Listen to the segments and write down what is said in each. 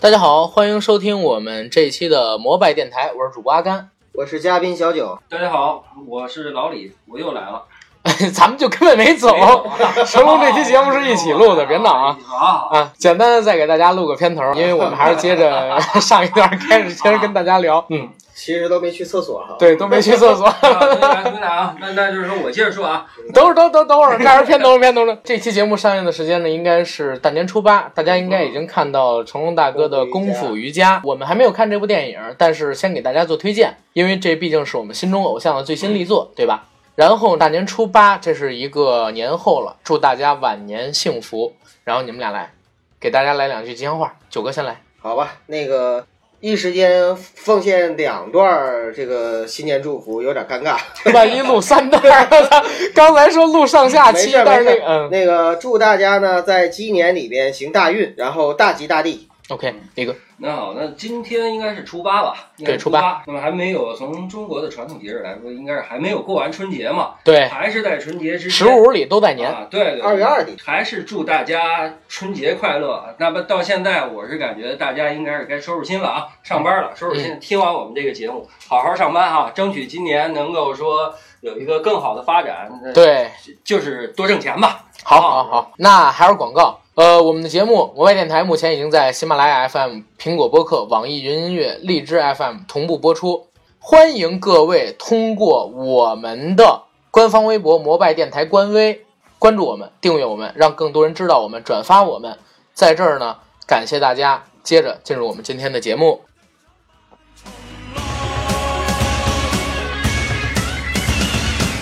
大家好，欢迎收听我们这一期的摩拜电台，我是主播阿甘。 我是嘉宾小九，大家好，我是老李，我又来了。咱们就根本没走没有啊成龙这期节目是一起录的别闹啊！啊！啊！简单的再给大家录个片头，因为我们还是接着 上一段开始，接着跟大家聊。嗯，其实都没去厕所哈。，对，都没去厕所，对的对的啊，那那就是说我接着说啊，等会儿，等等等会儿， 开始片头片头了。这期节目上映的时间呢，应该是大年初八，大家应该已经看到成龙大哥的《功夫瑜伽》。我们还没有看这部电影，但是先给大家做推荐，因为这毕竟是我们心中偶像的最新力作，对吧？然后大年初八，这是一个年后了，祝大家晚年幸福。然后你们俩来，给大家来两句吉祥话。九哥先 来，好吧，那个一时间奉献两段儿这个新年祝福，有点尴尬。万一录三段儿，我操！刚才说录上下没期，事儿啊但是没那事个嗯那个祝大家呢在鸡年里边行大运，然后大吉大利。 ，OK，李哥，那好，那今天应该是初八吧？应该是对初八八。那么还没有从中国的传统节日来说，应该是还没有过完春节嘛，对，还是在春节之十前。五里都带年。啊，对对，二月二底，还是祝大家春节快乐。啊那么到现在，我是感觉大家应该是该收拾心了啊，上班嗯了，收拾心，听完我们这个节目，好好上班哈，争取今年能够说有一个更好的发展。呃，对，就是多挣钱吧。啊好，好，好，那还是广告。呃，我们的节目《国外电台》目前已经在喜马拉雅 FM、苹果播客、网易云音乐、荔枝 FM 同步播出，欢迎各位通过我们的官方微博“摩拜电台”官微关注我们、订阅我们，让更多人知道我们、转发我们。在这儿呢，感谢大家。接着进入我们今天的节目。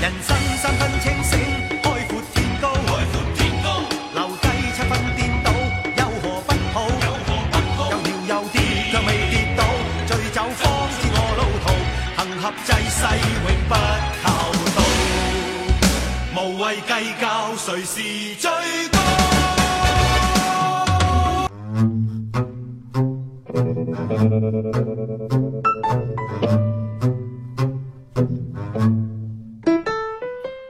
人生三分清醒，開闊天高，開闊天高，留低七分顛倒，有何不好？有何不好？又搖又跌，卻未跌倒，醉酒方知我路途，行合濟世永不靠倒，無謂計較誰是最高。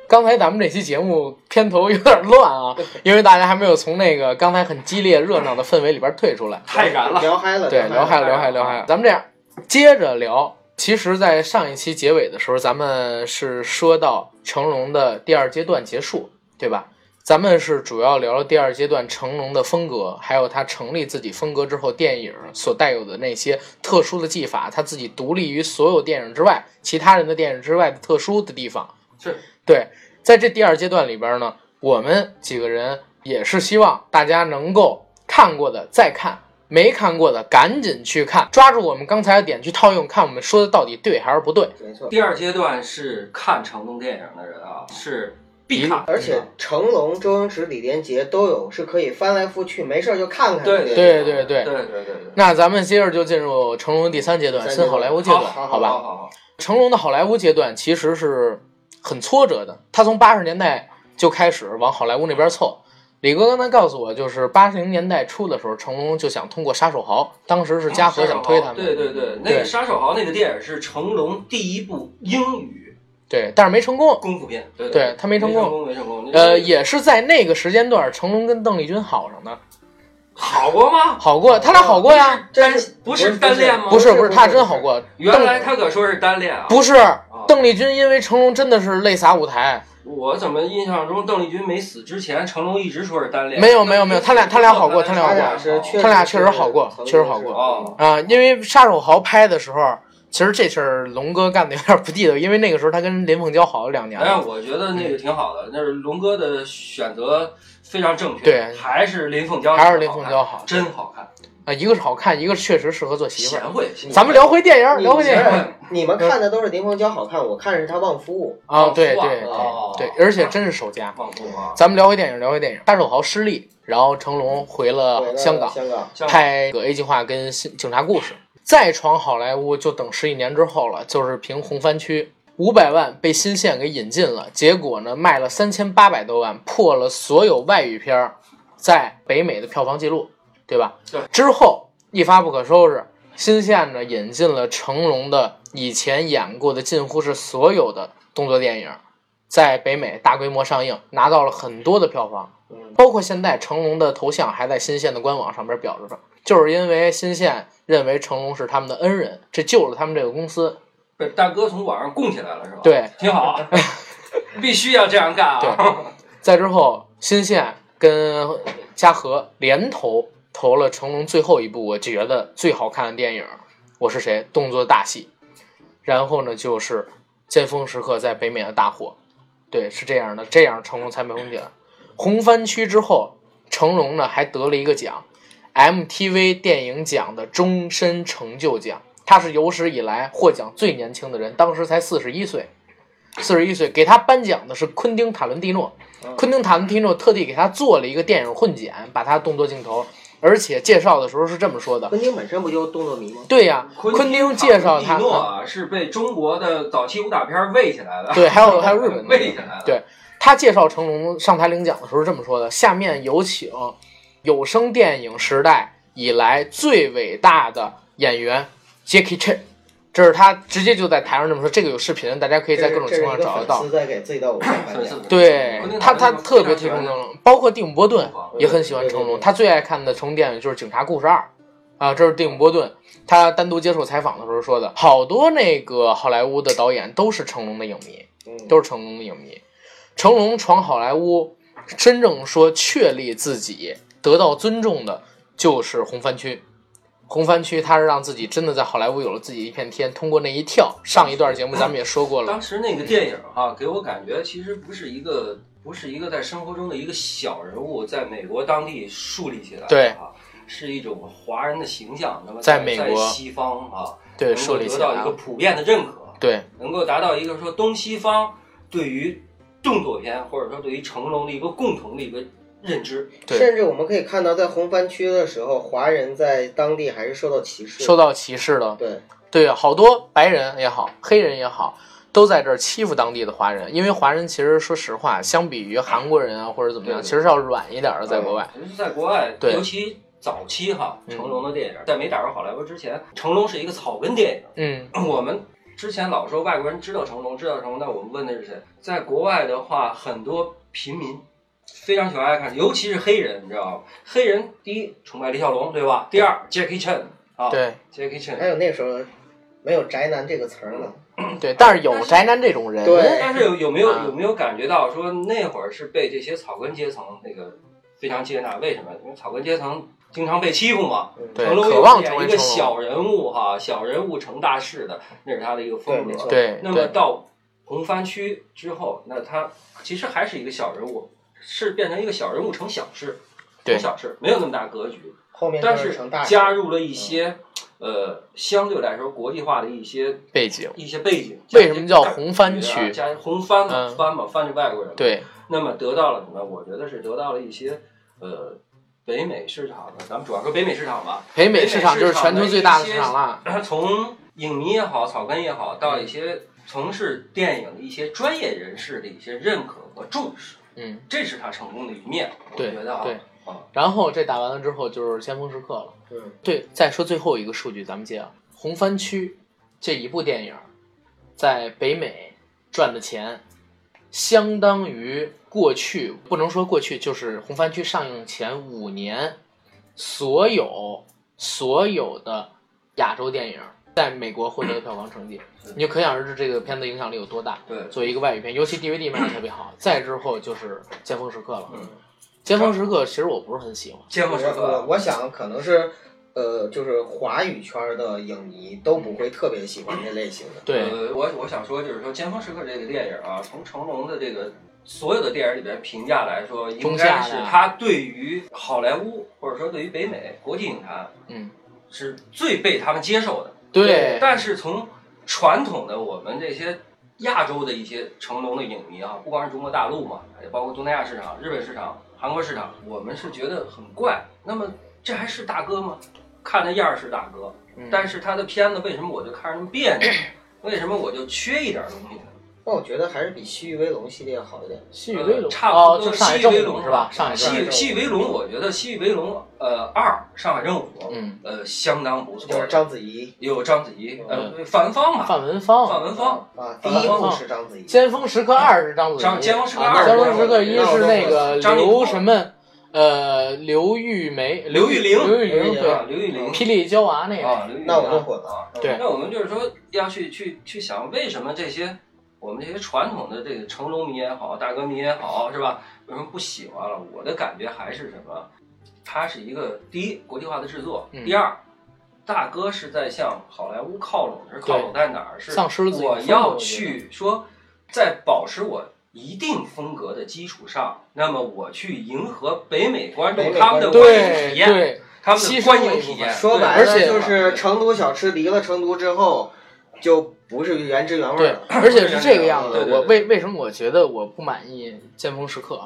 刚才咱们这期节目片头有点乱啊，因为大家还没有从那个刚才很激烈热闹的氛围里边退出来。太燃了，聊嗨了，对，聊嗨了，聊嗨了，聊嗨了。咱们这样接着聊。其实，在上一期结尾的时候，咱们是说到成龙的第二阶段结束，对吧？咱们是主要聊了第二阶段成龙的风格，还有他成立自己风格之后电影所带有的那些特殊的技法，他自己独立于所有电影之外、其他人的电影之外的特殊的地方。是对，在这第二阶段里边呢，我们几个人也是希望大家能够看过的再看，没看过的赶紧去看，抓住我们刚才的点去套用，看我们说的到底对还是不对。没错。第二阶段是看成龙电影的人啊，是必看，而且成龙、周星驰、李连杰都有，是可以翻来覆去，没事儿就看看。对对对对对。对对对。那咱们接着就进入成龙第三阶段，三阶新段好莱坞阶段，好好好吧？好好好，成龙的好莱坞阶段其实是很挫折的，他从八十年代就开始往好莱坞那边凑。李哥刚才告诉我，就是八零年代初的时候，成龙就想通过《杀手豪》，当时是啊嘉禾想推他们，对对对，那对个杀手豪那个电影是成龙第一部英语对，但是没成功。功夫片，对对他没没成功，功，没成功。呃，也是在那个时间段，成龙跟邓丽君好上的，好过吗？好过，他俩好过呀？单真不是单恋吗？啊不是不是不是，他真好过。原来他可说是单恋啊。不是邓丽君，因为成龙真的是泪洒舞台，我怎么印象中邓丽君没死之前，成龙一直说是单恋？没有没有没有他俩他俩好过他俩他好过俩是确实他俩确实好过曾经确实好过是哦啊、因为《杀手豪》拍的时候，其实这事儿龙哥干的有点不地道，因为那个时候他跟林凤娇好了两年哎呀，了。我觉得那个挺好的，那是龙哥的选择非常正确。对还是林凤娇，还是林凤娇好真好看，啊，一个是好看，一个是确实适合做媳妇儿。贤惠。咱们聊回电影，你聊回电你影们你嗯们看的都是林凤娇好看，我看是她旺夫。啊，对哦对哦对对，而且真是首家。忘不啊，咱们聊回电影，聊回电影，《杀手豪》失利，然后成龙回回了来啊香港，香港。像拍个 A 计划跟新警察故事，再闯好莱坞就等十几年之后了，就是凭《红番区》五百万被新线给引进了，结果呢卖了三千八百多万，破了所有外语片儿在北美的票房记录，对吧？对之后一发不可收拾，新线呢引进了成龙的以前演过的近乎是所有的动作电影，在北美大规模上映，拿到了很多的票房，包括现在成龙的头像还在新线的官网上边表着呢，就是因为新线认为成龙是他们的恩人，这救了他们这个公司。被大哥从网上供起来了是吧？，对，挺好 啊，必须要这样干啊！在之后，新线跟嘉禾联投投了成龙最后一部我觉得最好看的电影《我是谁》动作大戏，然后呢就是尖峰时刻在北美的大火，对，是这样的，这样成龙才没红起来。红番区之后，成龙呢还得了一个奖，MTV 电影奖的终身成就奖，他是有史以来获奖最年轻的人，当时才四十一岁。四十一岁，给他颁奖的是昆汀·塔伦蒂诺。昆汀·塔伦蒂诺特地给他做了一个电影混剪，把他动作镜头，而且介绍的时候是这么说的：昆汀本身不就动作迷吗？对呀、昆汀汀介绍塔他伦蒂，诺啊，是被中国的早期武打片喂起来的，对，还有还有日本的 喂起来的，对他介绍成龙上台领奖的时候是这么说的：“下面有请有声电影时代以来最伟大的演员 Jackie Chan。”这是他直接就在台上这么说，这个有视频，大家可以在各种情况找得到是。在给自己的偶像啊颁奖。对昆汀塔他，伦蒂他特诺别推崇成龙，包括蒂姆·伯顿也很喜欢成对对龙。对他最爱看的成龙电影就是《警察故事二》，啊，这是蒂姆·伯顿他单独接受采访的时候说的。好多那个好莱坞的导演都是成龙的影迷，嗯都是成龙的影迷。成龙闯好莱坞，真正说确立自己得到尊重的，就是红番区。红番区，他是让自己真的在好莱坞有了自己一片天。通过那一跳，上一段节目咱们也说过了，当时那个电影哈、给我感觉其实不是一个不是一个在生活中的一个小人物，在美国当地树立起来的对啊，是一种华人的形象。那么在在美国在西方啊，对，能树够立得起到来一个了，普遍的认可，对，能够达到一个说东西方对于动作片或者说对于成龙的一个共同的一个认知。对甚至我们可以看到，在红番区的时候，华人在当地还是受到歧视。受到歧视了。对，对，好多白人也好，黑人也好，都在这儿欺负当地的华人，因为华人其实说实话，相比于韩国人啊或者怎么样，对对其实是要软一点儿的，在国外。可是在国外，对尤其早期哈，嗯成龙的电影、在没打入好莱坞之前，成龙是一个草根电影。 嗯，我们之前老说外国人知道成龙，知道成龙，那我们问的是谁？在国外的话，很多平民非常喜欢爱看，尤其是黑人，你知道吗？黑人第一崇拜李小龙，对吧？第二 Jackie Chan 啊对，Jackie Chan，还有那时候没有“宅男”这个词儿呢。对，但是有宅男这种人，对但是有有没有啊有没有感觉到说那会儿是被这些草根阶层那个非常接纳？为什么？因为草根阶层经常被欺负嘛。嗯对成龙渴又望演成为一个成龙。小人物哈，小人物成大事的，那是他的一个对风没格错。对那么对到红番区之后，那他其实还是一个小人物，是变成一个小人物成小事，对成小事，没有那么大格局。后面但就是成大加入了一些，呃，相对来说国际化的一些背景，一些背景。为什么叫加一些红番感觉啊区？加红番嘛，嗯番嘛，番是外国人嘛。对那么得到了什么？我觉得是得到了一些，呃，北美市场的，咱们主要说北美市场吧。北美市场就是全球最大的市场了。 从影迷也好，草根也好，到一些从事电影的一些专业人士的一些认可和重视，嗯，这是他成功的一面。我对觉得啊对，啊，然后这打完了之后就是先锋时刻了。嗯，对，再说最后一个数据，咱们接啊，红番区这一部电影在北美赚的钱，相当于过去不能说过去，就是红番区上映前五年所有所有的亚洲电影在美国获得的票房成绩，你就可想而知这个片子影响力有多大。对，作为一个外语片，尤其 DVD 卖的 特别好。再之后就是《尖峰时刻》了，嗯尖峰时刻》其实我不是很喜欢。见过我这我个，我想可能是，呃，就是华语圈的影迷都不会特别喜欢这类型的。对，呃，我我想说就是说，《尖峰时刻》这个电影啊，从成龙的这个所有的电影里边评价来说，应中下的该是他对于好莱坞或者说对于北美国际影坛嗯，是最被他们接受的。对，但是从传统的我们这些亚洲的一些成龙的影迷啊，不光是中国大陆嘛，也包括东南亚市场、日本市场、韩国市场，我们是觉得很怪。那么这还是大哥吗？看那样儿是大哥，嗯 但是他的片子为什么我就看着那么别扭？为什么我就缺一点东西呢？那我觉得还是比《西域威龙》系列要好一点。西域威龙，呃差不多哦，就上海西域正威午龙是吧？上海嗯西正域午，西域威龙，我觉得西域威龙呃二上海正午，嗯，呃相当不错，就是章子怡有章子怡，嗯呃范芳吧，范文芳，范文芳，啊，第一部是章子怡，尖峰时刻二是章子怡，张尖峰时刻啊二尖峰时刻一是那个张艺谋刘什么，呃，刘玉梅，刘玉玲刘玉刘玉玲玲对，啊刘玉玲霹雳娇娃那个，啊，刘玉玲那我就啊混了。对那我们就是说要去去去想，为什么这些我们这些传统的这个成龙迷也好，大哥迷也好，是吧？为什么不喜欢了？我的感觉还是什么？它是一个第一国际化的制作，嗯第二。大哥是在向好莱坞靠拢，是靠拢在哪儿？是丧失了自己的我风格要我觉得去说，在保持我一定风格的基础上，那么我去迎合北美观北众美他们的观众观影对体验，对，他们的牺牲观了一影部体分验。说对白而了且就是成都小吃离了成都之后，就不是原汁原味对了，。而且是这个样对子。对对我为为什么我觉得我不满意《尖峰时刻》？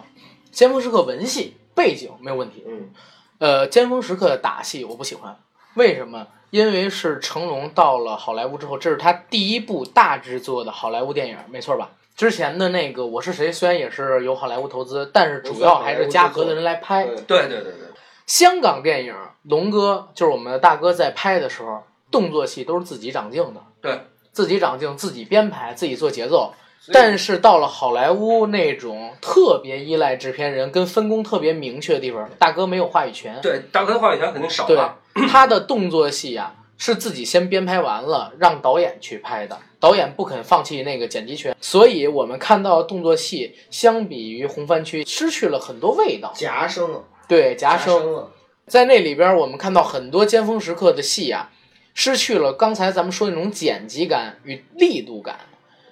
《尖峰时刻》文戏背景没有问题，嗯，呃，《尖峰时刻》的打戏我不喜欢，为什么？因为是成龙到了好莱坞之后，这是他第一部大制作的好莱坞电影，没错吧？之前的那个《我是谁》虽然也是由好莱坞投资，但是主要还是嘉禾的人来哎拍。对对对对对，香港电影，龙哥就是我们的大哥在拍的时候，动作戏都是自己长镜的，对，自己长镜，自己编排，自己做节奏。所以但是到了好莱坞那种特别依赖制片人跟分工特别明确的地方，大哥没有话语权。对，大哥的话语权肯定少对了。，他的动作戏啊是自己先编排完了，让导演去拍的。导演不肯放弃那个剪辑权，所以我们看到动作戏相比于红番区失去了很多味道。夹生了，对，夹生生了，在那里边，我们看到很多尖峰时刻的戏啊，失去了刚才咱们说的那种剪辑感与力度感。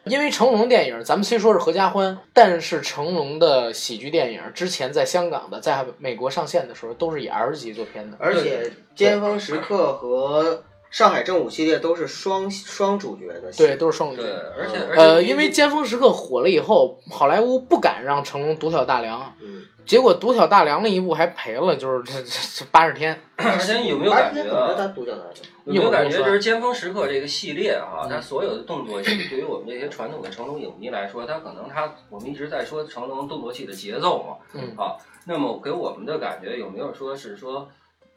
因为成龙电影，咱们虽说是合家欢，但是成龙的喜剧电影之前在香港的、在美国上线的时候，都是以 R 级做片的。而且《尖峰时刻》和《上海正午》系列都是双双主角的戏，嗯对，，都是双语。对，而且而且呃，因为《尖峰时刻》火了以后，好莱坞不敢让成龙独挑大梁，嗯，结果独挑大梁那一部还赔了，就是这这这八十天。而且你有没有感觉怎么着啊？咱独角男？有没有感觉一会儿跟你说就是《尖峰时刻》这个系列啊，嗯它所有的动作戏，对于我们这些传统的成龙影迷来说，它可能它我们一直在说成龙动作戏的节奏嘛，嗯啊，那么给我们的感觉有没有说是说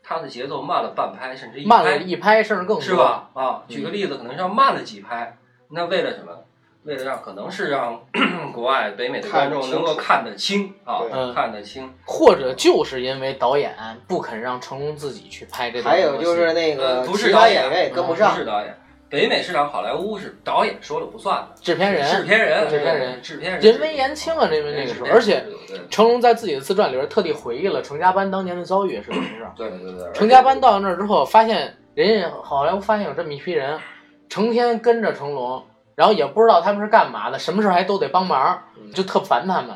它的节奏慢了半拍，甚至一慢了拍，一拍，甚至更多是？吧？啊，嗯举个例子，可能是要慢了几拍，那为了什么？为了让可能是让 国外北美的观众能够看得清啊对，嗯看得清。或者就是因为导演不肯让成龙自己去拍这，还有就是，那呃，个不其是他导啊演员也跟不不上是，导演。北美市场好莱坞是导演说了不算的，制片制人片人、嗯制片人制片人、人微言轻啊，这边那个时候，而且成龙在自己的自传里边特地回忆了成家班当年的遭遇是怎么回事儿。对对对对，成家班到那儿之后，发现人家好莱坞发现有这么一批人，成天跟着成龙，然后也不知道他们是干嘛的，什么事儿还都得帮忙，嗯就特烦他们。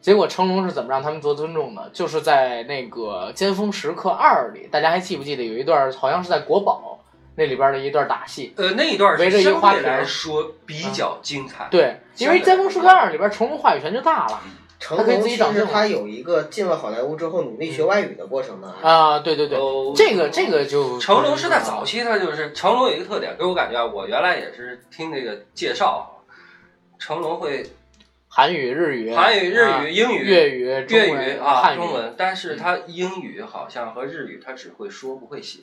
结果成龙是怎么让他们得尊重的？就是在那个《尖峰时刻二》里，大家还记不记得有一段好像是在国宝那里边的一段打戏？呃那一段围着是一个相花对瓶啊来说比较精彩，对，因为《尖峰时刻二》里边成龙话语权就大了嗯成他可以龙自己其长实镜他有一个进了好莱坞之后努力学外语的过程呢。嗯啊！对对对哦，这个这个就成龙嗯是在早期，他就是成龙有一个特点，给我感觉啊，我原来也是听那个介绍，啊成龙会韩语、日语、韩语、日啊语、英语、粤语、中粤文语汉啊，语中文，但是他英语好像和日语他只会说不会写，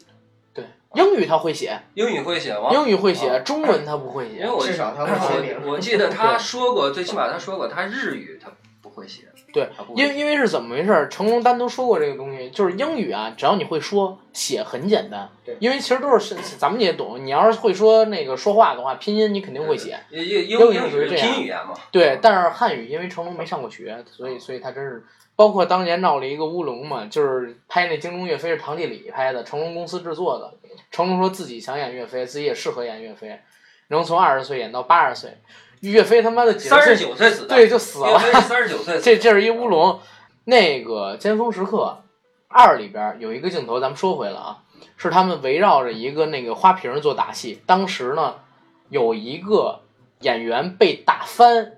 对，英语他会写，英语会写吗？英语会啊写，中文他不会因为写。我至少他会写我我记得他说过，最起码他说过，他日语他不会写，对他不会因为因为是怎么回事儿？成龙单独说过这个东西，就是英语啊，只要你会说，写很简单。对因为其实都是咱们也懂，你要是会说那个说话的话，拼音你肯定会写。英英英语英就语是是这样拼语言嘛，对，但是汉语因为成龙没上过学，所哦以所以他真是，包括当年闹了一个乌龙嘛，就是拍那《精忠岳飞》是唐季礼拍的，成龙公司制作的。成龙说自己想演岳飞，自己也适合演岳飞，能从二十岁演到八十岁。岳飞他妈的几三十岁九岁死的，对就死了因，为三十九岁死 的，这这是一乌龙。那个《尖峰时刻二》里边有一个镜头，咱们说回来啊，是他们围绕着一个那个花瓶儿做打戏。当时呢，有一个演员被打翻，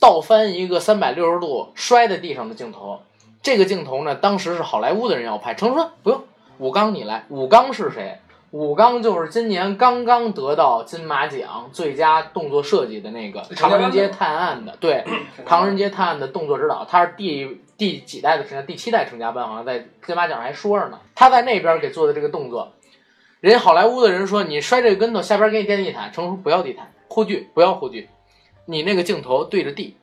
倒翻一个三百六十度摔在地上的镜头。这个镜头呢，当时是好莱坞的人要拍，成龙说不用，武刚你来。武刚是谁？武钢就是今年刚刚得到金马奖最佳动作设计的那个《陈唐家人班街的探案》的，对，《唐人街探案》的动作指导，他是第第几代的成家，第七代成家班，好像在金马奖上还说着呢。他在那边给做的这个动作，人家好莱坞的人说你摔这个跟头，下边给你垫地毯，成叔不要地毯，护具不要护具，你那个镜头对着地，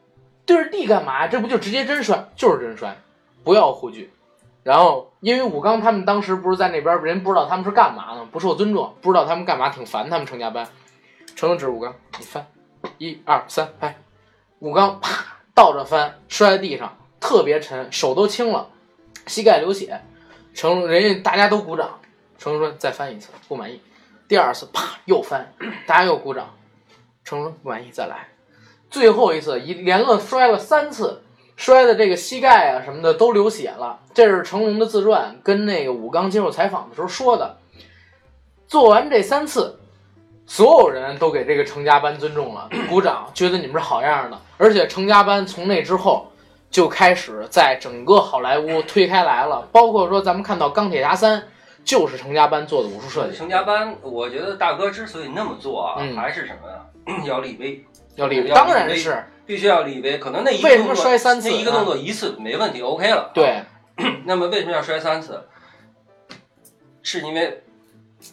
对着地干嘛？这不就直接真摔，就是真摔，不要护具。然后，因为武刚他们当时不是在那边，人不知道他们是干嘛呢，不受尊重，不知道他们干嘛，挺烦他们成家班。成指武刚，你翻，一二三，拍。武刚啪倒着翻，摔在地上，特别沉，手都青了，膝盖流血。成人家大家都鼓掌，成龙说再翻一次，不满意。第二次啪又翻，大家又鼓掌，成龙说不满意再来。最后一次一连了摔了三次，摔的这个膝盖啊什么的都流血了。这是成龙的自传，跟那个武刚接受采访的时候说的。做完这三次，所有人都给这个成家班尊重了， 鼓掌，觉得你们是好样的。而且成家班从那之后就开始在整个好莱坞推开来了，包括说咱们看到《钢铁侠三》就是成家班做的武术设计，成家班，我觉得大哥之所以那么做啊，嗯还是什么呀？ 要立威，要啊立要立当然威是必须要立威。可能那一个为什么动作摔三次啊那一个动作一次没问题，OK 了。对，那么为什么要摔三次？是因为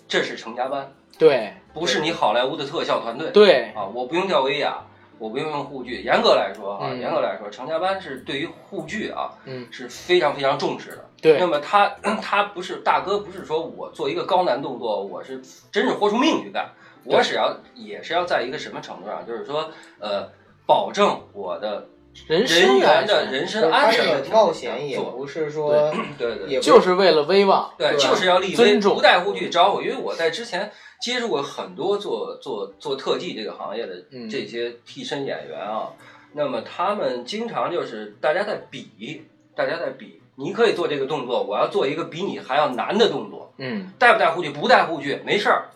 这是成家班，对不是你好莱坞的特效团队对啊！我不用吊威亚，我不用用护具。严格来说啊，嗯严格来说，成家班是对于护具啊嗯是非常非常重视的。那对么他 他不是大哥，不是说我做一个高难动作，我是真是豁出命去干，对我只要也是要在一个什么程度上，就是说呃，保证我的人啊人身员安的全人身安他全的这个情况冒下险也做，不是说，对对也不就是为了威望，对，对就是要立威，尊重不带护具找我，因为我在之前接触过很多做做做特技这个行业的嗯这些替身演员啊，那么他们经常就是大家在比，大家在比，你可以做这个动作，我要做一个比你还要难的动作。嗯，带不带护具？不带护具没事儿，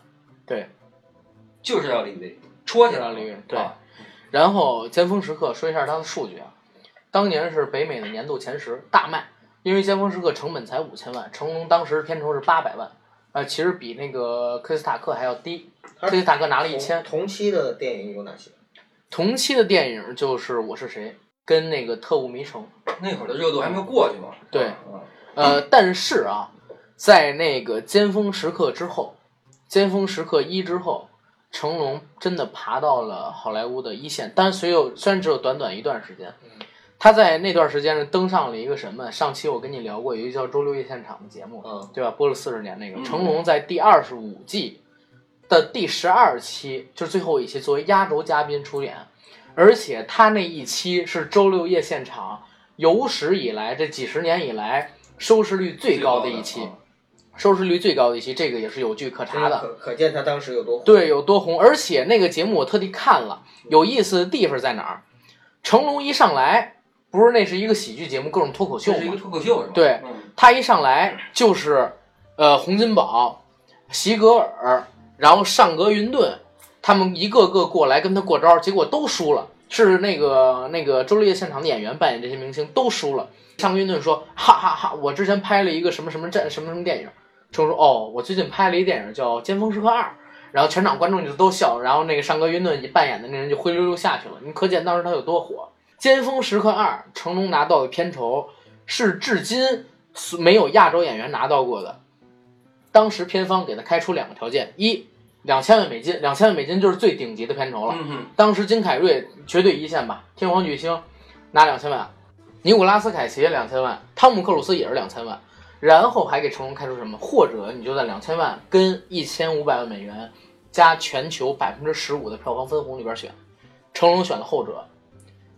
对，就是要立威，戳起来就是要立威啊对然后尖峰时刻说一下它的数据啊，当年是北美的年度前十大卖，因为尖峰时刻成本才五千万，成龙当时片酬是八百万，呃，其实比那个科斯塔克还要低，它科斯塔克拿了一同千。同期的电影有哪些？啊同期的电影就是《我是谁》跟那个《特务迷城》，那会儿的热度还没有过去嘛。对嗯呃，但是啊，在那个《尖峰时刻》之后，《尖峰时刻一》之后，成龙真的爬到了好莱坞的一线，但是虽有虽然只有短短一段时间，他在那段时间是登上了一个什么？上期我跟你聊过，有一个叫《周六夜现场》的节目，嗯，对吧？播了四十年那个，嗯成龙在第二十五季的第十二期，就是最后一期，作为压轴嘉宾出演，而且他那一期是周六夜现场有史以来这几十年以来收视率最高的一期，啊收视率最高的一期，这个也是有据可查的。可可见他当时有多火。对，有多红。而且那个节目我特地看了，有意思的地方在哪儿？成龙一上来，不是那是一个喜剧节目，各种脱口秀这是一吗个？脱口秀是吧？对嗯他一上来就是，呃，洪金宝、席格尔，然后上格云顿，他们一个个过来跟他过招，结果都输了。是那个那个周六夜现场的演员扮演这些明星都输了。上格云顿说：“哈哈哈我之前拍了一个什么什么战什么什么电影。”成龙说：“哦，我最近拍了一电影叫《尖峰时刻二》。”然后全场观众就都笑，然后那个上格云顿扮演的那人就灰溜溜下去了。你可见当时他有多火。《尖峰时刻二》成龙拿到的片酬是至今没有亚洲演员拿到过的。当时片方给他开出两个条件：一，两千万美金，两千万美金就是最顶级的片酬了。嗯哼，当时金凯瑞绝对一线吧，天皇巨星拿两千万，尼古拉斯凯奇两千万，汤姆克鲁斯也是两千万，然后还给成龙开出什么？或者你就在两千万跟一千五百万美元加全球百分之十五的票房分红里边选，成龙选了后者。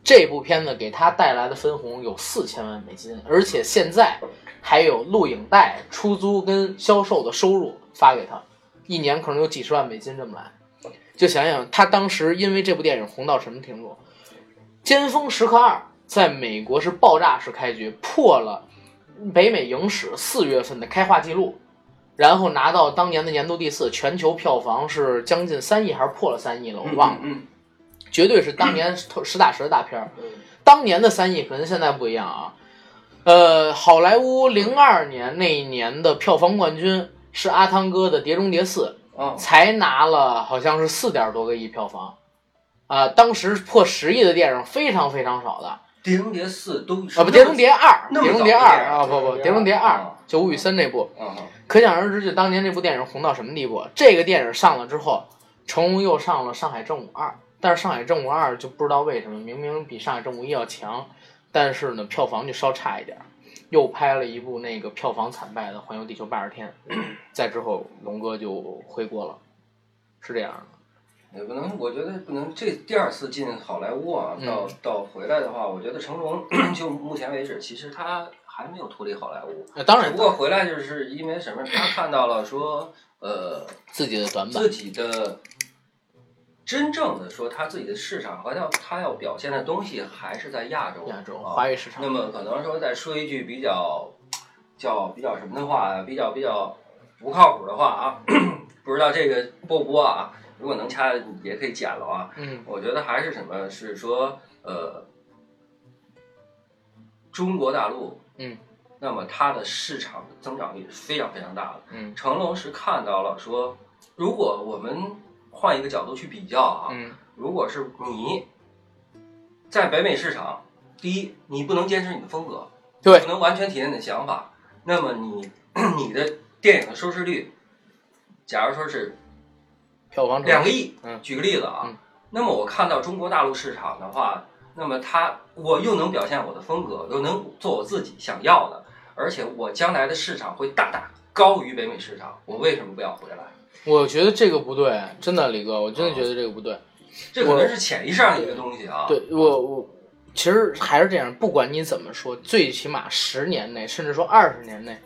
这部片子给他带来的分红有四千万美金，而且现在还有录影带出租跟销售的收入发给他，一年可能有几十万美金这么来。就想想他当时因为这部电影红到什么程度，《尖峰时刻二》在美国是爆炸式开局，破了北美影史四月份的开画记录，然后拿到当年的年度第四，全球票房是将近三亿还是破了三亿了，我忘了，嗯，绝对是当年实打实的大片儿。嗯，当年的三亿跟现在不一样啊。呃，好莱坞零二年那一年的票房冠军是阿汤哥的《碟中谍四啊》，才拿了好像是四点多个亿票房，啊、当时破十亿的电影非常非常少的。啊碟中谍四都是啊不，《碟中谍二》，那《么碟早中谍的二电》影哦啊，不不，《碟中谍二》就吴宇森那部，啊，可想而知，就当年这部电影红到什么地步。啊这个电影上了之后，成龙又上了《上海正午二》，但是《上海正午二》就不知道为什么，明明比《上海正午一》要强，但是呢，票房就稍差一点儿。又拍了一部那个票房惨败的《环游地球八十天》， 再之后龙哥就回国了，是这样的。也不能，我觉得不能。这第二次进好莱坞啊，嗯到到回来的话，我觉得成龙 就目前为止，其实他还没有脱离好莱坞。那呃当然不，过回来就是因为什么？他看到了说，呃，自己的短板自，己的真正的说他自己的市场和他他要表现的东西还是在亚洲。亚洲啊华语市场那么可能说再说一句比较叫比较什么的话，比较比较不靠谱的话啊， 不知道这个播不播啊？如果能掐也可以剪了啊。嗯我觉得还是什么是说呃，中国大陆，嗯，那么它的市场增长率是非常非常大的。嗯成龙是看到了说，如果我们换一个角度去比较啊，嗯如果是你在北美市场，第一，你不能坚持你的风格，对不能完全体现你的想法，那么你 你的电影的收视率，假如说是票房成两个亿，嗯举个例子啊，嗯那么我看到中国大陆市场的话，那么它我又能表现我的风格，又能做我自己想要的，而且我将来的市场会大大高于北美市场，我为什么不要回来？我觉得这个不对，真的李哥，我哦真的觉得这个不对。这可能是潜意识上的一个东西啊。对我我其实还是这样，不管你怎么说，最起码十年内，甚至说二十年内，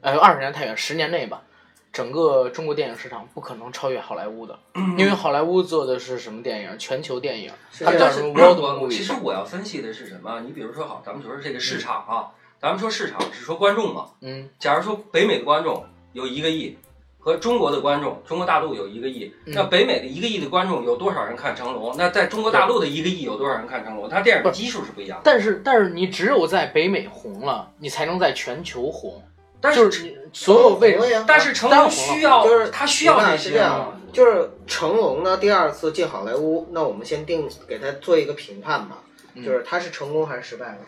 呃，二十年太远，十年内吧，整个中国电影市场不可能超越好莱坞 的，因为好莱坞做的是什么电影？全球电影，它叫但什是么我 world 我其实 movie？我要分析的是什么？你比如说，好，咱们就说这个市场啊，咱们说市场是说观众嘛。嗯假如说北美的观众有一个亿，和中国的观众，中国大陆有一个亿，嗯那北美的一个亿的观众有多少人看成龙？那在中国大陆的一个亿有多少人看成龙？他电影的基数是不一样的。但是但是你只有在北美红了，你才能在全球红，但就是是你所有为成龙呀但是成当龙然红了需要，就是他需要你这看是这些样啊，，就是成龙呢第二次进好莱坞，那我们先定给他做一个评判吧，嗯就是他是成功还是失败了？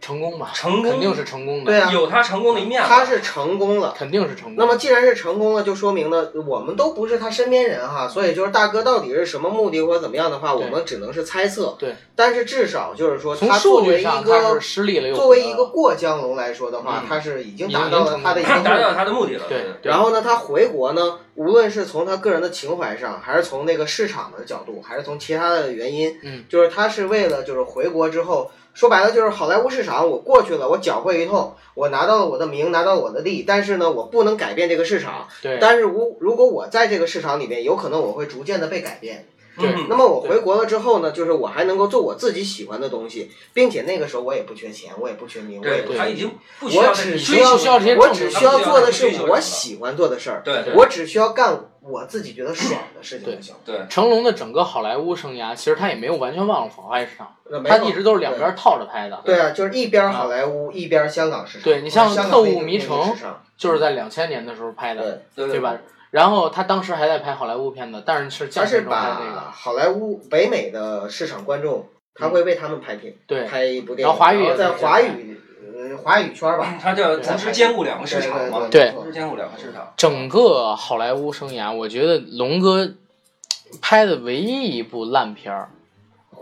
成功吧？成功肯定是成功的，对啊有他成功的一面了。他是成功了。肯定是成功的。那么既然是成功了，就说明呢，我们都不是他身边人哈，所以就是大哥到底是什么目的或者怎么样的话，对我们只能是猜测。对，但是至少就是说，从他数作为据一上他是个失利了又作为回一来个了过江龙来说的话嗯，他是已经已达经到了成他的一个功目 达的到他的目的了。对对，对然后呢，他回国呢，无论是从他个人的情怀上，还是从那个市场的角度，还是从其他的原因，嗯，就是他是为了就是回国之后，说白了就是好莱坞市场，我过去了，我搅和一通，我拿到了我的名，拿到了我的利，但是呢，我不能改变这个市场，对但是如如果我在这个市场里面，有可能我会逐渐的被改变。对嗯那么我回国了之后呢，就是我还能够做我自己喜欢的东西，并且那个时候我也不缺钱，我也不缺名，我也不对，缺他已经不需我要再只去需追要求需要这些我证只据需要做的是我喜欢做的事儿，对对我只需要干我自己觉得爽的事情就行。对成龙的整个好莱坞生涯，其实他也没有完全忘了好莱坞市场，那没他错一直都是两边套着拍的。对对啊，就是一边好莱坞，一边香港市场。对你像香港特务那个迷城哎那个市场就是在两千年的时候拍的，对，对对吧？然后他当时还在拍好莱坞片子，但是是他降是生中拍那把个，嗯好莱坞北美的市场观众，他会为他们拍片，对拍一部电影，然后华语也在是华语，嗯，华语圈吧，他就要同时兼顾两个市对场嘛，对对没同时错兼顾两个市场。 整个好莱坞生涯，我觉得龙哥拍的唯一一部烂片儿，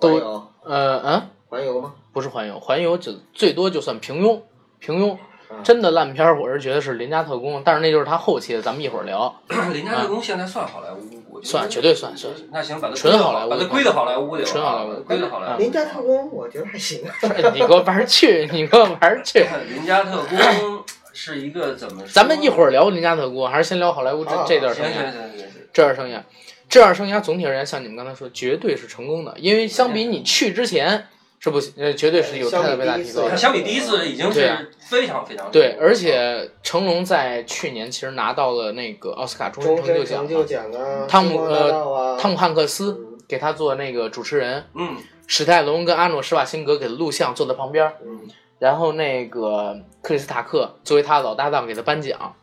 都环游呃嗯，环游吗？不是环游，环游就最多就算平庸，平庸嗯。真的烂片儿，我是觉得是《邻家特工》，但是那就是他后期的，咱们一会儿聊。林家特工现在算好莱坞，我觉得算绝对算算。那行，把它纯好莱坞把它归到好莱坞去了，纯好莱坞嗯把它归到好莱坞。啊邻家特工，我觉得还行啊。你给我玩儿去，你给我玩儿去。林家特工是一个怎么说？咱们一会儿聊邻家特工，还是先聊好莱坞这、啊这段行生行涯？行行行，这段生涯，这段生涯总体而言，像你们刚才说，绝对是成功的，因为相比你去之前是不行，呃，绝对是有相比特别大第一提次高那的。相比第一次已经对啊是非常非常对，而且成龙在去年其实拿到了那个奥斯卡终身终成就奖嘛身成就，奖啊，汤姆呃星光大道啊，汤姆汉克斯嗯给他做那个主持人，嗯，史泰龙跟阿诺施瓦辛格给录像，坐在旁边儿，嗯然后那个克里斯塔克作为他的老搭档给他颁奖，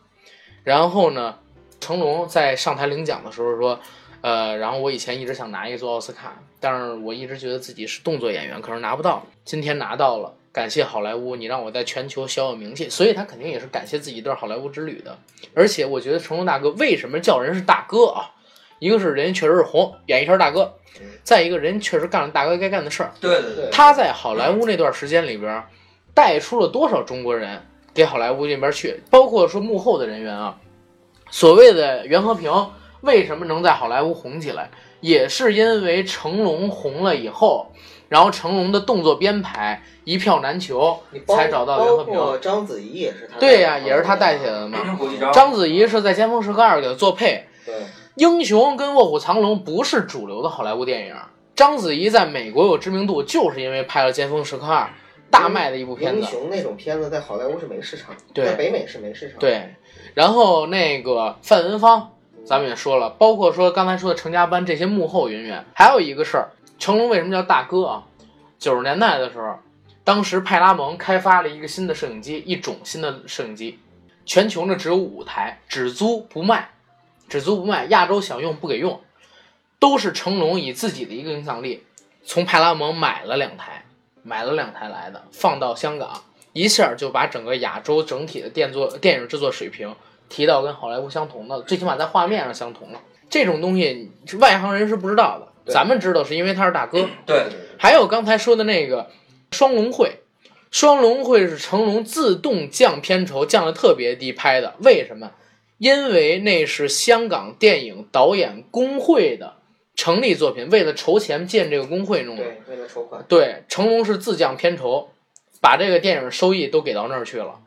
然后呢，成龙在上台领奖的时候说，呃，然后我以前一直想拿一座奥斯卡，但是我一直觉得自己是动作演员，可是拿不到，今天拿到了。感谢好莱坞，你让我在全球小有名气，所以他肯定也是感谢自己一段好莱坞之旅的。而且我觉得成龙大哥为什么叫人是大哥啊？一个是人确实是红，演艺圈大哥；再一个人确实干了大哥该干的事儿，对对对 对，他在好莱坞那段时间里边儿，带出了多少中国人给好莱坞那边去？包括说幕后的人员啊，所谓的袁和平为什么能在好莱坞红起来，也是因为成龙红了以后，然后成龙的动作编排一票难求你，包才找到袁和包平。括章子怡也是他，对呀、也是他啊带起来的嘛。胡一章，章子怡是在《尖峰时刻二》给他做配，对，英雄跟卧虎藏龙不是主流的好莱坞电影。章子怡在美国有知名度，就是因为拍了《尖峰时刻二》，大卖的一部片嗯英子。雄那种片子在好莱坞是没市场，对在北美是没市场。，对，然后那个范文芳，咱们也说了，包括说刚才说的成家班这些幕后人员，还有一个事儿，成龙为什么叫大哥啊？九十年代的时候，当时派拉蒙开发了一个新的摄影机，一种新的摄影机，全球呢只有五台，只租不卖，只租不卖，亚洲想用不给用，都是成龙以自己的一个影响力，从派拉蒙买了两台，买了两台来的，放到香港。一下就把整个亚洲整体的电作电影制作水平提到跟好莱坞相同的，最起码在画面上相同了。这种东西外行人是不知道的，对咱们知道是因为他是大哥。对还有刚才说的那个双龙会，双龙会是成龙自动降片酬，降的特别低拍的，为什么？因为那是香港电影导演工会的成立作品，为了筹钱建这个工会弄的。对，为了筹款，对，成龙是自降片酬，把这个电影收益都给到那儿去了，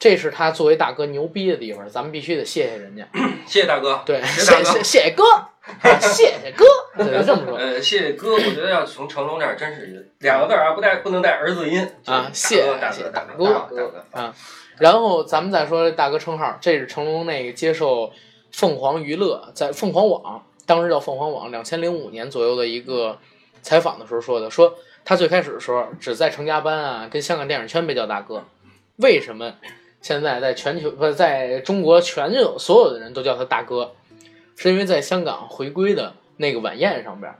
这是他作为大哥牛逼的地方，咱们必须得谢谢人家。谢谢大哥。对，谢谢大谢哥谢谢谢哥，谢谢哥，只能这么说呃，谢谢哥，我觉得要从成龙这儿真是两个字儿啊，不带不能带儿子音啊就是大谢谢哥大大哥哥大哥大哥，啊。然后咱们再说大哥称号，这是成龙那个接受凤凰娱乐在凤凰网，当时叫凤凰网，两千零五年左右的一个采访的时候说的，说他最开始的时候只在成家班啊跟香港电影圈被叫大哥，为什么现在在全球不在中国全有所有的人都叫他大哥，是因为在香港回归的那个晚宴上边儿，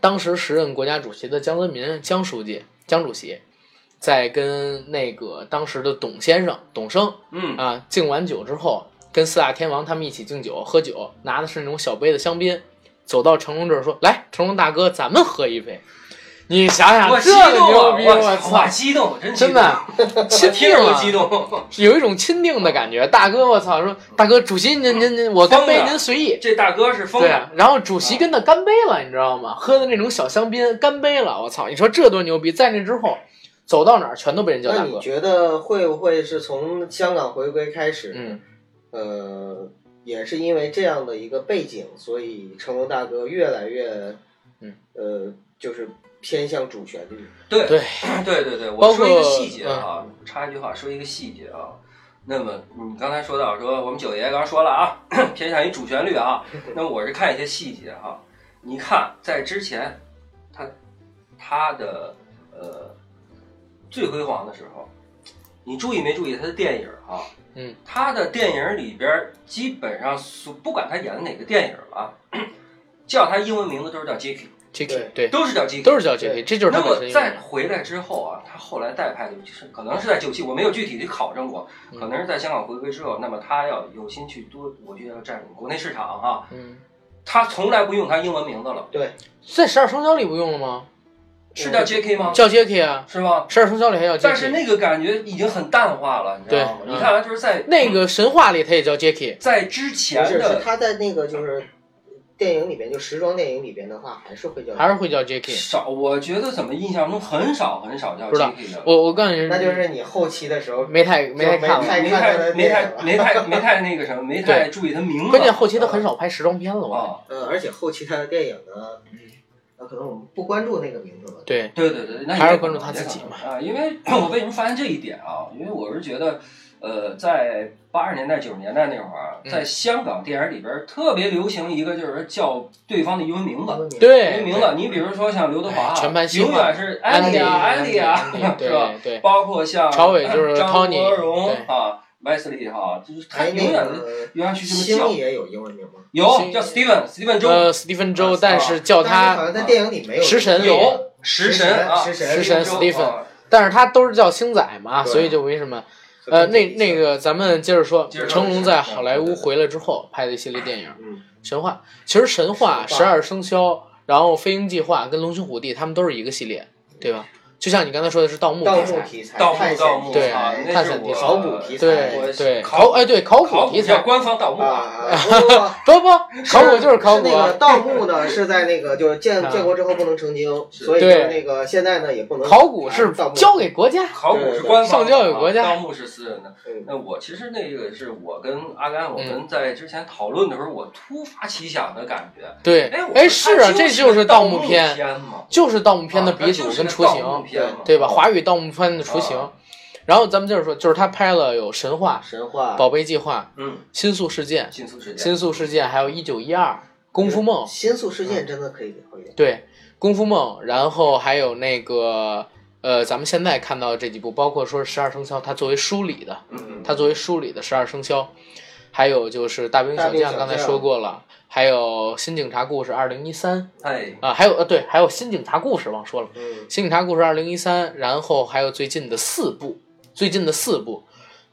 当时时任国家主席的江泽民江书记江主席，在跟那个当时的董先生董生嗯，啊，敬完酒之后，跟四大天王他们一起敬酒喝酒，拿的是那种小杯的香槟，走到成龙这儿说：“来，成龙大哥，咱们喝一杯。”你想想，我激这动牛啊，逼！我我操，操我！激动，我真激真动 的，啊 亲我听定着都了，激动。有一种亲定的感觉。大哥，我操！说大哥，主席您您您，我干杯疯了您随意。这大哥是疯对了，啊，然后主席跟他干杯了，你知道吗？喝的那种小香槟，干杯了，我操！你说这多牛逼！在那之后，走到哪儿全都被人叫那大你哎哥。觉得会不会是从香港回归开始？嗯，呃，也是因为这样的一个背景，所以成龙大哥越来越，嗯，呃，就是偏向主旋律。对对对对对，我包括嗯说一个细节啊，插一句话，说一个细节啊。那么你刚才说到说我们九爷刚说了啊， 偏向于主旋律啊。那么我是看一些细节哈、你看在之前，他他的呃最辉煌的时候，你注意没注意他的电影啊？嗯，他的电影里边儿基本上所不管他演的哪个电影了、 叫他英文名字都是叫 J.K.， j k 对，都是叫 J.K. 都是叫 j k 这就是那他么本身。再回来之后啊，他后来代拍的就是可能是在九七，我没有具体的考证过，嗯可能是在香港回归之后，那么他要有心去多，我觉得要占领国内市场哈、嗯，他从来不用他英文名字了，对，在十二生肖里不用了吗？是叫 J.K. 吗？叫 j k 啊，是吗？十二生肖里还叫 j 但是 k 那个感觉已经很淡化了，你知道吗？对嗯你看啊，就是在那个神话里他也叫 j k 在之不前是，是的他在那个就是电影里边，就时装电影里边的话，还是会叫，还是会叫 j k 少，我觉得怎么印象中很少很少叫不知道 J.K. 的。我我告诉你，那就是你后期的时候，没太没太看就了。太没看他太的没电太影了没太没太那个什么，没太注意他名字。关键后期他很少拍时装片了，我感觉。啊，呃，而且后期他的电影呢，嗯那可能我们不关注那个名字了。对，对对对，那还是也关注可他能也自己可能嘛啊，因为 我为什么发现这一点啊？因为我是觉得，呃，在八十年代、九十年代那会儿啊，嗯在香港电影里边儿特别流行一个，就是叫对方的英文名字。英文对，哎名 字，你比如说像刘德华啊，全盘西永化远是安安迪啊，安安迪啊，安迪是吧？对对包括像朝伟就是张 Tony，国荣对啊， Wesley 哈，就是他哎，永远那的个永远去这么星叫，也有英文名吗？有星叫 Steven Steven 呃 Jones， ，Stephen 啊 Joe，但是叫但是好他像在电影里没有。食神里，有食神啊，食神食神 Steven Jones， Stephen 啊但是他都是叫星仔嘛，对所以就没什么。呃，那那，个咱们接着说，接着说成龙在好莱对坞对对回来之后拍的一系列电影，嗯神话》其实《神话》《神十话二生肖》，然后《飞鹰计划》跟《龙兄虎弟》他们都是一个系列，对吧？就像你刚才说的是盗墓盗题墓材，题材，盗探墓险盗墓对啊，题材那探是险我题材考古题材对 对考考哎对考考古古题叫材，官方盗墓啊，啊，不不不不不考古就是考古是那个啊，盗墓呢，是在那个就是建啊建国之后不能成精，是所以就是那个现在呢也不能啊考古是盗墓交给国家，考古是官方上交给国家盗墓是私人的。嗯那我其实那个是我跟阿甘，我嗯们在之前讨论的时候，我突发奇想的感觉，对，哎，我哎是啊，这就就是盗墓片片，嘛，就是盗墓片的啊鼻祖跟雏，它就是盗墓形，片嘛对吧？华语盗墓片的雏形啊。然后咱们接着说，就是他拍了有《神话》神话《宝贝计划》嗯， 《新宿事件》新宿事《件，新宿事件》，还有《一九一二》《功夫梦》新宿事嗯件真的可以会的，对，《功夫梦》，然后还有那个呃，咱们现在看到这几部，包括说十二生肖，它作为梳理的，嗯，它作为梳理的十二生肖，还有就是大兵小大兵小将，刚才将说过了，还有《新警察故事二零一三哎》，啊，还有呃对，还有《新警察故事》忘说了，嗯《新警察故事二零一三》，然后还有最近的四部，最近的四部，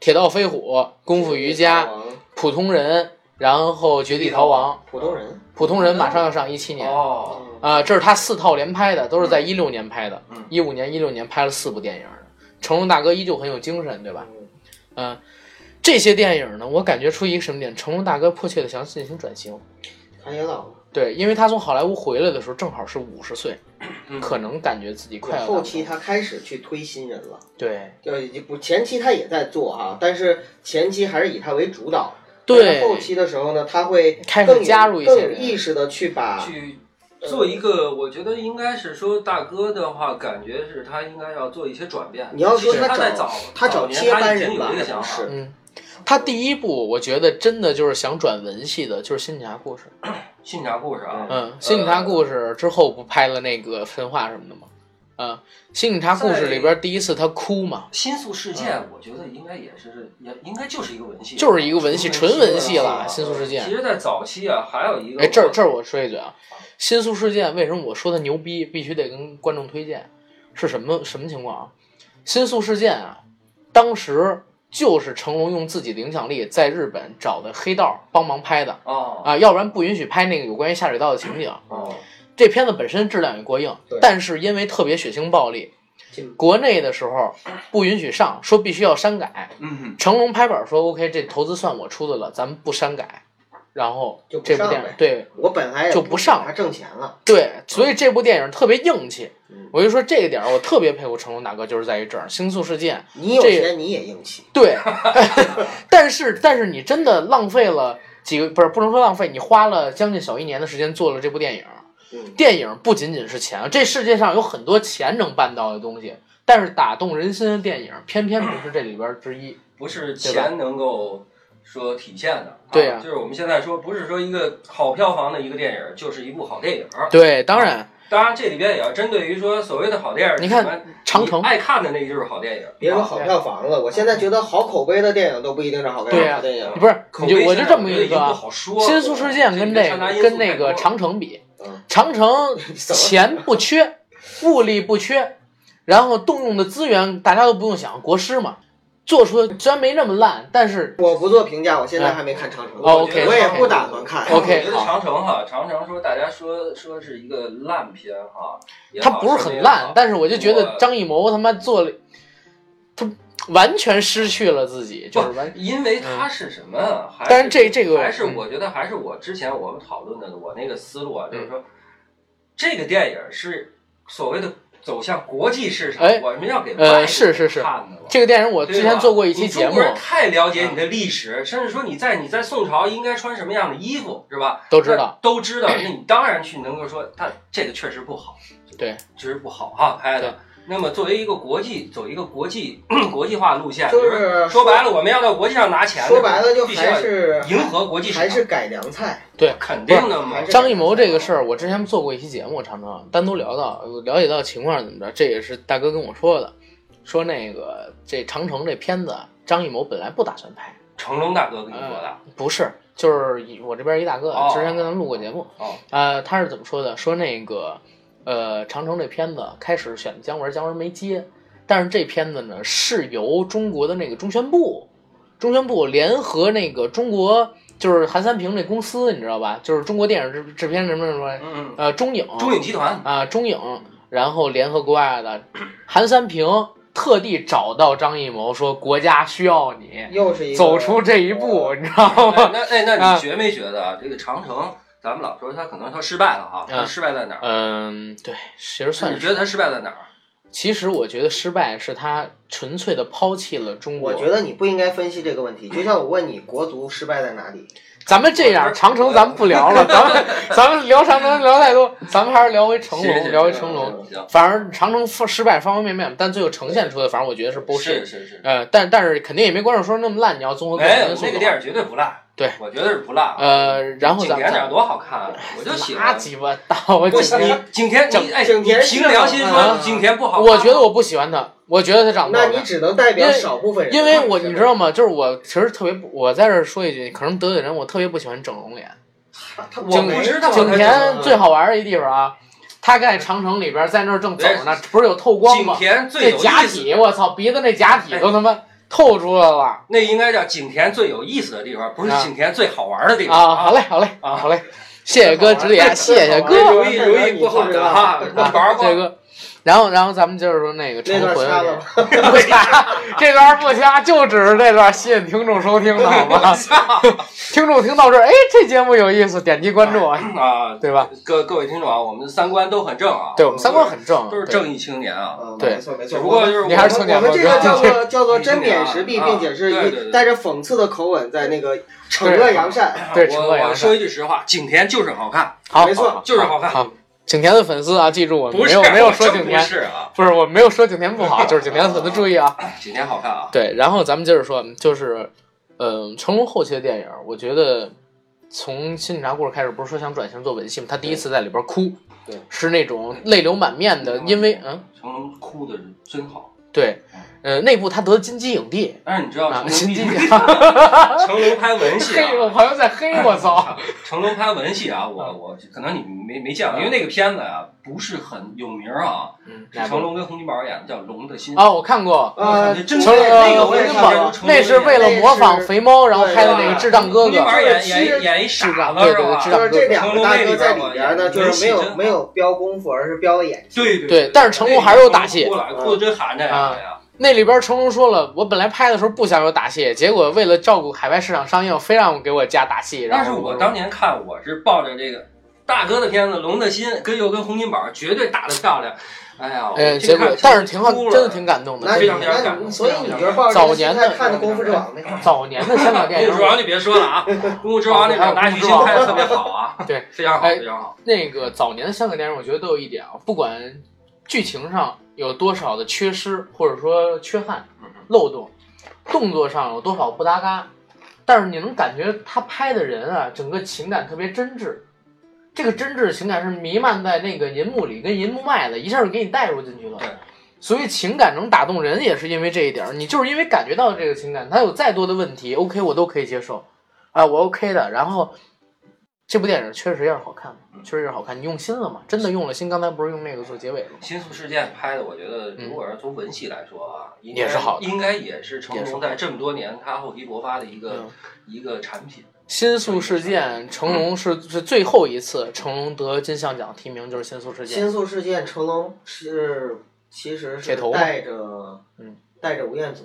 《铁道飞虎》《功夫瑜伽》《普通人》，然后《绝地逃亡》。普通人普通人马上要上一七年，哦，啊，这是他四套连拍的，都是在一六年拍的嗯，一五年、一六年拍了四部电影儿。成龙大哥依旧很有精神，对吧？嗯嗯、这些电影呢，我感觉出一个什么点？成龙大哥迫切的想进行转型，他也老了，对，因为他从好莱坞回来的时候正好是五十岁，嗯可能感觉自己快要后到期他开始去推新人了，对就已经不前期他也在做啊，但是前期还是以他为主导。但对是后期的时候呢，他会开始更有加入一些更有人意识的去把去做一个，我觉得应该是说大哥的话，感觉是他应该要做一些转变。你要说其实他他在找早他早找年接班已经人吧有这个想法是了，嗯，他第一部我觉得真的就是想转文戏的，就是《新警察故事》。信察故事啊，嗯，《新警察故事》之后不拍了那个神话什么的吗？嗯，《新警察故事》里边第一次他哭嘛，新宿事件，我觉得应该也是，也应该就是一个文戏，嗯就是一个文戏，纯文戏了，啊《新宿事件其》。实，在早期啊，还有一个，哎，这儿这儿我说一嘴啊，《新宿事件》为什么我说它牛逼，必须得跟观众推荐？是什么什么情况啊？《新宿事件》啊，当时就是成龙用自己的影响力在日本找的黑道帮忙拍的哦啊，要不然不允许拍那个有关于下水道的情景。哦，这片子本身质量也过硬对，但是因为特别血腥暴力进，国内的时候不允许上，说必须要删改。嗯，成龙拍板说 OK，这投资算我出的了，咱们不删改。然后就不这部上电影呗对我本来也就不上他挣钱了，对，所以这部电影特别硬气嗯。我就说这个点儿，我特别佩服成龙大哥，就是在于 这儿《星宿事件》你有这钱你也硬气， 对，但是但是你真的浪费了几个，不是不能说浪费，你花了将近小一年的时间做了这部电影。嗯，电影不仅仅是钱，这世界上有很多钱能办到的东西，但是打动人心的电影偏偏不是这里边之一。不是钱能够说体现的，啊对啊就是我们现在说，不是说一个好票房的一个电影，就是一部好电影。对，当然当然，这里边也要针对于说所谓的好电影，你看什么长城你爱看的那就是好电影，别说啊好票房了，我现在觉得好口碑的电影都不一定是好对看啊好电影。不是，口你碑就我就现在这么觉得一已经个不啊，好说了。新宿事件跟这掺杂因个素跟那个太多了长城比嗯，长城钱不 缺，物力不缺，然后动用的资源大家都不用想，国师嘛，做出的虽然没那么烂，但是我不做评价，我现在还没看长城，哦，OK，我也 OK 不打算看。 OK 我觉得长城哈，长城说大家说说是一个烂片哈，也他好不是说很也烂好，但是我就觉得我张艺谋他妈做了，他完全失去了自己，就是完。嗯因为它是什么啊？还但是这这个还是我觉得还是我之前我们讨论的我那个思路啊，嗯就是说这个电影是所谓的走向国际市场哎，我们要给呃外国是人是是看的嘛。这个电影我我之前做过一期节中目嗯国，人太了解你的历史，甚至说你在你在宋朝应该穿什么样的衣服，是吧？都知道，都知道。那你当然去能够说，它这个确实不好，对，确实不好哈拍对的。那么作为一个国际，走一个国际 国际化路线，就是比如说说白了，我们要到国际上拿钱的时候，说白了就必须要还是迎合国际市还是场，改良菜，肯定的嘛还。是张艺谋这个事儿，我之前做过一期节目，常常单独聊到，了解到情况是怎么着，这也是大哥跟我说的，说那个这长城这片子，张艺谋本来不打算拍，成龙大哥跟你说的，嗯不是，就是一我这边一大哥哦之前跟咱们录过节目，哦，呃，他是怎么说的？说那个，呃，长城这片子开始选的姜文，姜文没接，但是这片子呢是由中国的那个中宣部，中宣部联合那个中国就是韩三平那公司，你知道吧？就是中国电影制制片什么什么，嗯，嗯呃，中影，中影集团，啊、中影，然后联合国外的韩三平特地找到张艺谋说，国家需要你又是一个走出这一步，你知道哎吗？ 那哎，那啊你觉没觉得啊？这个长城，咱们老说他可能他失败了哈，他嗯失败在哪儿？嗯，对，其实算你是觉得他失败在哪儿？其实我觉得失败是他纯粹的抛弃了中国。我觉得你不应该分析这个问题，就像我问你国足失败在哪里，咱们这样，长城咱们不聊 了，咱们咱们聊长城聊太多，咱们还是聊回成行龙，行聊回行成龙。行，反正长城失败方方面面，但最后呈现出的，反正我觉得是 bullshit。是是是，呃，但但是肯定也没观众说那么烂，你要综合各没种有因素哎的那个电话。影绝对不烂，对我觉得是不烂啊。呃，然后景咱甜点们多好看啊，我就喜拉欢。鸡巴倒，我不，今你天景甜，你哎，景你甜凭良心是好看说，啊景甜不好看。嗯我觉得我不喜欢他，我觉得他长得不好那看你只能代表嗯因为少部分人。因为我你知道吗？就是我其实特别不，我在这儿说一句，可能得罪人，我特别不喜欢整容脸。他啊他我不知道景他怎甜么最好玩的一地方啊，他在长城里边，在那儿正走呢，不是有透光景吗？甜最这有假意思，哎体，我操，鼻子那假体都他妈透出来了那应该叫景甜最有意思的地方，不是啊景甜最好玩的地方啊！好嘞，好嘞，啊好嘞，谢谢哥指 点，谢谢最好哥，玩容易容易不好的哈，啊玩谢谢过。哥。然后，然后咱们就是说那个重那段回掐了吧， 不掐，这段不掐，就只是这段吸引听众收听的好吗？听众听到这儿，哎，这节目有意思，点击关注， 啊，对吧？各各位听众啊，我们的三观都很正啊，对我们三观很正，都是对正义青年啊。嗯对没错没只错。不过就是你还是我从们我点们吧这哥个叫做叫做真啊免时弊，啊并且是对对对一带着讽刺的口吻，在那个惩恶扬善。对陈我乐阳我说一句实话，景甜就是好看，好，没错好就是好看好，景甜的粉丝啊，记住我不没是有没有说真景不甜，是啊，不是我没有说景甜不 好，就是景甜的粉丝注意啊。景甜好看啊，对，然后咱们接着说，就是，嗯、成龙后期的电影，我觉得从《新警察故事》开始，不是说想转型做文戏吗？他第一次在里边哭，对对是那种泪流满面的，因为嗯，成龙哭的是真好。对，呃，那部他得金鸡影帝但是你知道啊，金成鸡龙影， 成龙拍文戏啊哎黑，我朋友在黑我操，成龙拍文戏啊，我我可能你没没见过，因为那个片子啊不是很有名啊，是成龙跟洪金宝演的，叫《龙的心》。嗯啊，我看过，呃，真成的那呃，个我洪也金看过宝那是为了模仿肥猫，然后拍的那个智障哥洪金哥，宝演演演一傻子是吧？就是这两个大哥在里边呢，就成龙那里边是没我演有没有标功夫，而是标了演技。对对但是成龙还是有打戏哭了，哭的真寒碜呀！那里边成龙说了，我本来拍的时候不想有打戏，结果为了照顾海外市场上映，非让我给我加打戏。然但后是我当年看，我是抱着这个大哥的片子《龙的心》，跟又跟洪金宝绝对打得漂亮。哎呀，呃，结果但是挺好，真的挺感动那的。这你非常非常那感动你所以你就是抱着这早个年心的态看的《功夫之王》呗。早年的香港电 功影夫，之王就别说了啊，功夫之王那场拿鱼心拍的特别好啊，对，非常好，哎非常好。那个早年的香港电影，我觉得都有一点啊，不管剧情上有多少的缺失，或者说缺憾、漏洞，动作上有多少不搭嘎，但是你能感觉他拍的人啊，整个情感特别真挚。这个真挚的情感是弥漫在那个银幕里跟银幕外的，一下就给你带入进去了对。所以情感能打动人，也是因为这一点儿。你就是因为感觉到这个情感，它有再多的问题，OK，我都可以接受，啊，我 OK 的。然后这部电影确实也是好看，确实也是好看。你用心了嘛？真的用了心。刚才不是用那个做结尾了吗？新宿事件拍的，我觉得如果是从文戏来说啊，应嗯该也是好的应该也是成也是好龙在这么多年他后期勃发的一个嗯一个产品。新宿事件，成龙是是最后一次成龙得金像奖提名，就是新宿事件。新宿事件，成龙是其实铁是头嘛带着嗯带着吴彦祖，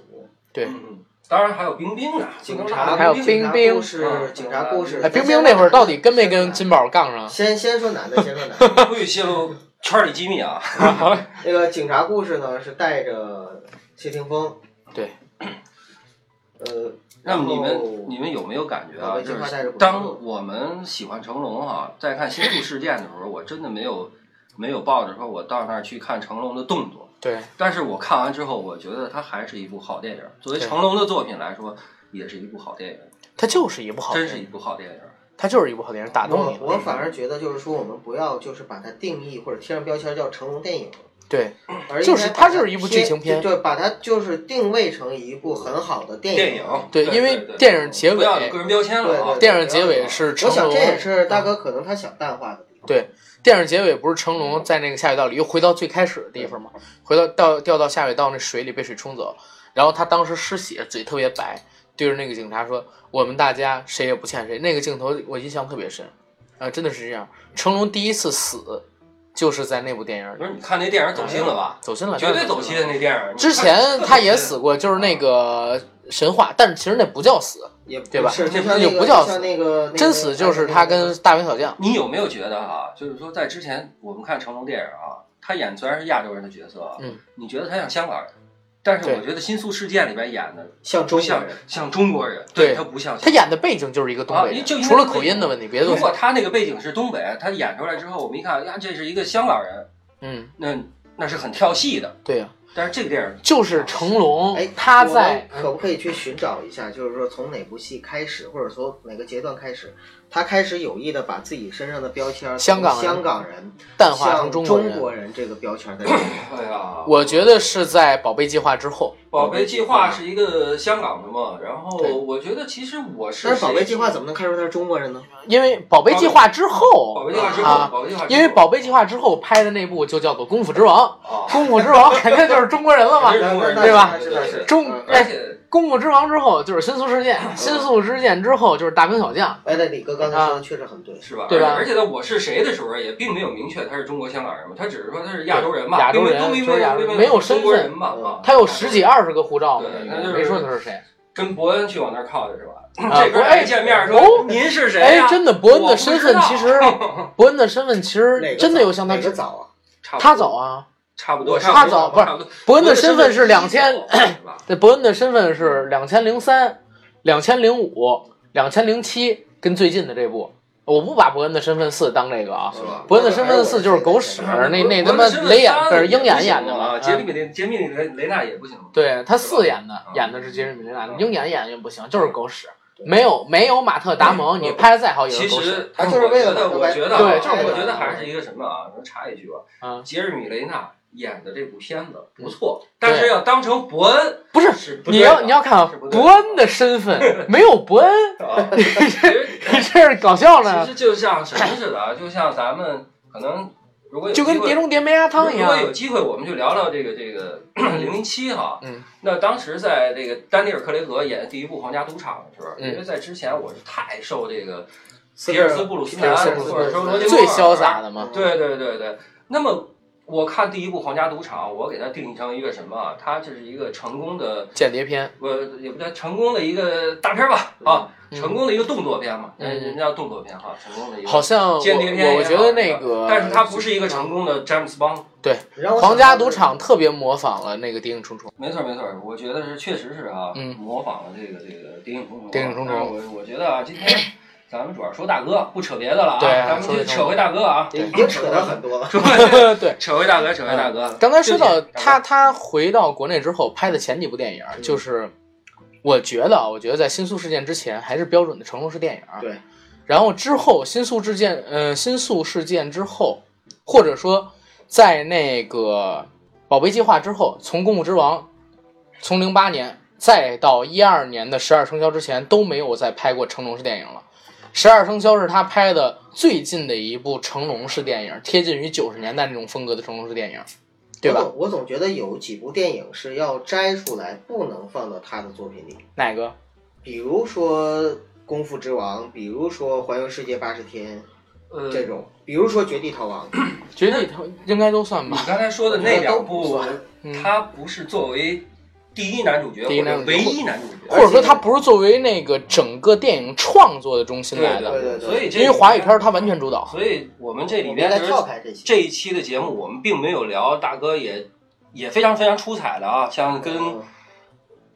对嗯，当然还有冰冰啊，警不能察落还有冰冰冰冰故事，警察故事。哎，冰冰那会儿到底跟没跟啊金宝杠上？先先说男的，先说男的。不许泄露圈里机 密啊！那个警察故事呢，是带着谢霆锋。对。呃，那么你然后们你们有没有感觉啊？我就这块带是着不当我们喜欢成龙啊，在看新宿事件的时候，我真的没有没有抱着说我到那儿去看成龙的动作。对，但是我看完之后，我觉得它还是一部好电影。作为对成龙的作品来说，也是一部好电影，他就是一部好电真是一影，部好电影。他就是一部好电影，打动我你了。我反而觉得就是说，我们不要就是把它定义或者贴上标签叫成龙电影，对，而应该就是它就是一部把它剧情片对，把它就是定位成一部很好的电影电影。对因为电影结尾不要有个人标签了啊对对。电影结尾是我成想龙这，也是大哥可能他想淡化的地方。对，电影结尾不是成龙在那个下水道里又回到最开始的地方吗？回到到掉到下水道那水里被水冲走，然后他当时失血，嘴特别白，对着那个警察说：“我们大家谁也不欠谁。”那个镜头我印象特别深，啊、真的是这样。成龙第一次死就是在那部电影不里是，你看那电影走心了吧？走心了，绝对当然走心。那电 影。之前他也死过，就是那个神话，但是其实那不叫死，也对吧是，那就像也那个不叫就死像那个真死就是他跟大明小将。你有没有觉得啊？就是说，在之前我们看成龙电影啊，他演虽然是亚洲人的角色，啊嗯，你觉得他像香港人，但是对我觉得《新宿事件》里边演的像不中国像人，像中国人，对他不像他演的背景就是一个东啊北人，就因为除了口音的问题，别的如东西果。他那个背景是东北，他演出来之后，我们一看呀，这是一个香港人，嗯，那那是很跳戏的。对啊呀、但是这个电影就是成龙哎，，他我在们可不可以去寻找一下，就是说从哪部戏开始，或者说哪个阶段开始，他开始有意的把自己身上的标签儿从香港人香港人淡化成向中国人。这个标签儿的人。哎呀，我觉得是在《宝贝计划》之后，宝贝计划是一个香港的嘛，然后我觉得其实我是但是宝贝计划怎么？么能看出他是中国人呢？因为《宝贝计划》之宝后，贝计划之啊后，宝贝计划之后，因为《宝贝计划》之后拍的那部就叫做《功夫之王》， 啊《功夫之王》肯定就是中国人了嘛肯。定是中国人对吧是的是的中嗯而哎，《且功夫之王》之后就是《申诉事件》，《申诉事件》之后就是《大兵小将哎，对，李哥刚才说的确实很对。是吧？对吧而且而且在我是谁的时候，也并没有明确他是中国香港人嘛，他只是说他是亚洲人嘛，亚洲人并没有就是亚洲人并没有没有身份嗯中国人嘛啊》，，他有十几二十个护照嘛，对那那就个没是说他是谁。跟伯恩去往那儿靠的是吧？啊这哥伯恩俩一见面哦说您是谁啊呀？哎，真的，伯恩的身份其实我不知道，伯恩的身份其哪实个真的有早像他哪个早啊？差不多他早，啊。差不多，他差不多早不是差多伯恩的身份是两我千的，身份是吧对，伯恩的身份是两千零三、两千零五、两千零七，跟最近的这部，我不把伯恩的身份四当这个啊。是吧？伯恩的身份四就是狗屎，啊那那我他的妈身份雷眼当然不是也不鹰眼行演的嗯哦了嘛啊？杰里米雷杰米雷雷纳也不行。对他四演的吧，演的是杰瑞米雷纳，嗯鹰眼演的也不行，就是狗屎。没有没有马特·达蒙，对你拍的再好也嗯其是狗屎。实他就是为了我觉得，对就我是觉得，为了我觉得还是一个什么啊？能插一句吧？嗯，杰瑞米雷纳演的这部片子嗯不错，但是要当成伯恩不是，是不你对的要你要看啊是不，对的伯恩的身 份没有伯恩，啊，你其这实 你这是搞笑呢其，实就像什么似的啊，就像咱们可能如果有就跟机《会碟中谍》梅鸭汤一如果样。有机会，我们就聊聊这个这个 零零七哈。嗯。那当时在这个丹尼尔·克雷格演第一部《皇家赌场》的时候，嗯因为在之前我是太受这个斯皮尔斯·布鲁斯南皮尔斯布鲁斯或者说罗杰·最潇洒的。的嘛，对对对对。那么我看第一部《皇家赌场》，我给它定义成一个什么啊？它就是一个成功的，间谍片，我也不叫成功的一个大片吧啊，嗯成功的一个动作片嘛，嗯人人家叫动作片哈，成功的一个好。像我间谍片也好我觉得那个，但是它不是一个成功的詹姆斯邦让我想皇家赌场特别模仿了那个《谍影重重》，没错没错，我觉得是确实是啊，嗯模仿了这个这个谍影重重啊。谍影重重但是我我觉得啊，今天咱们主要说大哥，不扯别的了啊，对啊咱们说就这扯回大哥啊，已经扯到很多了。扯回对。扯回大哥，扯回大哥。刚才说到对不起他，，他回到国内之后拍的前几部电影，就是我觉得，啊，我觉得在《新宿事件》之前还是标准的成龙式电影，啊对。然后之后《新宿事件》，呃，《新宿事件》之后，或者说在那个《宝贝计划》之后，从《功夫之王》，从零八年再到一二年的《十二生肖》之前，都没有再拍过成龙式电影了。《十二生肖》是他拍的最近的一部成龙式电影，贴近于九十年代那种风格的成龙式电影，对我吧？总我总觉得有几部电影是要摘出来，不能放到他的作品里，哪个？比如说《功夫之王》，比如说《环游世界八十天》嗯呃，这种，比如说《绝地逃亡》。绝地逃应该都算你吧。刚才说的那两我觉部得都，嗯他不是作为第一男主角第一或男者主角唯一男主角或，者说，它不是作为那个整个电影创作的中心来对的，对对所以这因为华语片儿它完全主导。所以我们这里我边们来就是跳开这些。这一期的节目，我们并没有聊大哥也也非常非常出彩的啊，像跟嗯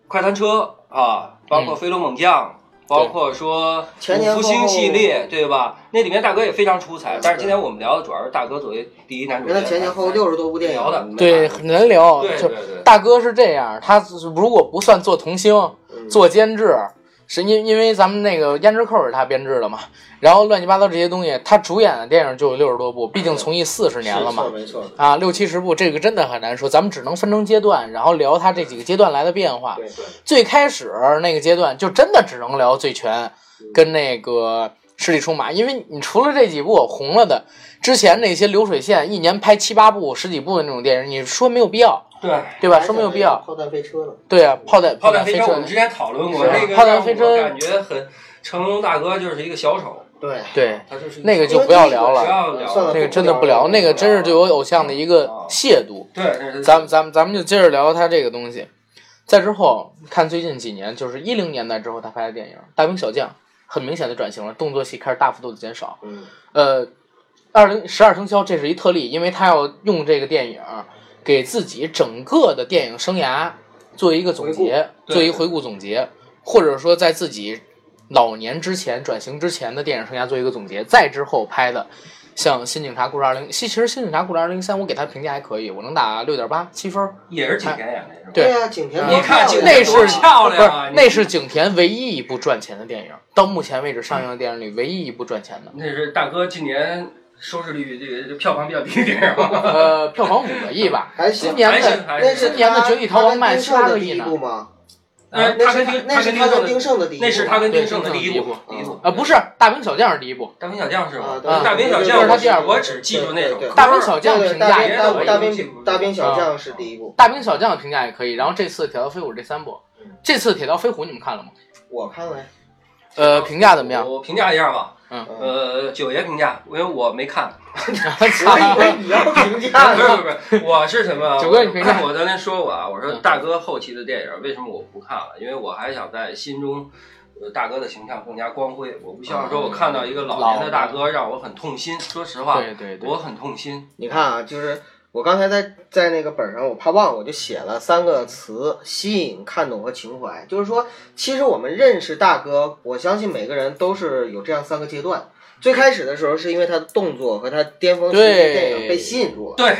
快餐车啊，包括飞龙猛将，包括说前前五后福后星系列，对吧？那里面大哥也非常出彩嗯，但是今天我们聊的主要是大哥作为第一男主原角，来前前后后六十多部电影聊的没对，看很难聊。对对就对，大哥是这样，他如果不算做童星、嗯做监制、是因因为咱们那个胭脂扣是他编制的嘛，然后乱七八糟这些东西，他主演的电影就有六十多部，毕竟从艺四十年了嘛，没错，没错啊，六七十部这个真的很难说，咱们只能分成阶段，然后聊它这几个阶段来的变化。对对，最开始那个阶段就真的只能聊《醉拳》嗯跟那个《十里出马》，因为你除了这几部红了的，之前那些流水线一年拍七八部、十几部的那种电影，你说没有必要，对，对吧？说没有必要。炮弹飞车了，对啊，炮弹炮弹飞飞车车我们之前讨论过，是啊那个炮弹飞车让我感觉很成龙大哥就是一个小丑，对，对他就是一那个小丑就不要聊了啊不啊要聊了算了那个真的不聊，那个真是对我偶像的一个亵渎。对，那是咱们咱们咱们就接着聊他这个东西。再之后看最近几年，就是一零年代之后他拍的电影《大兵小将》，很明显的转型了，动作戏开始大幅度的减少。嗯，呃，二零十二生肖这是一特例，因为他要用这个电影给自己整个的电影生涯做一个总结，对做一个回顾总结，或者说在自己老年之前转型之前的电影生涯做一个总结，再之后拍的。像《新警察故事二零》，其实《新警察故事二零三》，我给他评价还可以，我能打六点八七分儿。也是景甜演的，是吧？对哎呀，景甜啊多你看漂亮那那是多漂亮不啊！是你那是景甜唯一一部赚钱的电影，到目前为止上映的电影里唯一一部赚钱的。那是大哥今年收视率这个这票房比较低的电影，呃，票房五个亿吧，还今行，年还行的还那行。是今年的绝地逃亡卖他他18个跟亿丁呢晟的第一部吗？呃，啊那他是跟他丁那他是跟他丁跟晟丁的，晟的第一部，那是他跟对丁晟的丁晟第一部的，第一部啊，不是《大兵小将》是第一部，大兵小将是吧啊？对大兵小这将是他第二部我只记住那对首歌对儿，大兵小将对评对，价大兵也大可以兵大兵大兵啊小将是第一部，大兵小将》的评价也可以。然后这次《铁道飞虎》这三部，嗯这次《铁道飞虎》你们看了吗？我看了呀，呃，评价怎么 样？我评价一下吧。嗯，呃，九爷评价，因为我没看，我以为你要评 价不是呢，不是不是，我是什么？九哥你评价我当天说过啊，我嗯说大哥后期的电影为什么我不看了？因为我还想在心中，呃，大哥的形象更加光辉。我不希望说我看到一个嗯老年的大哥让我很痛心。说实 话，对对对我，很痛心。你看啊，就是。我刚才在在那个本上，我怕忘，我就写了三个词：吸引、看懂和情怀。就是说，其实我们认识大哥，我相信每个人都是有这样三个阶段。最开始的时候，是因为他的动作和他巅峰时期的对电影被吸引住了。对，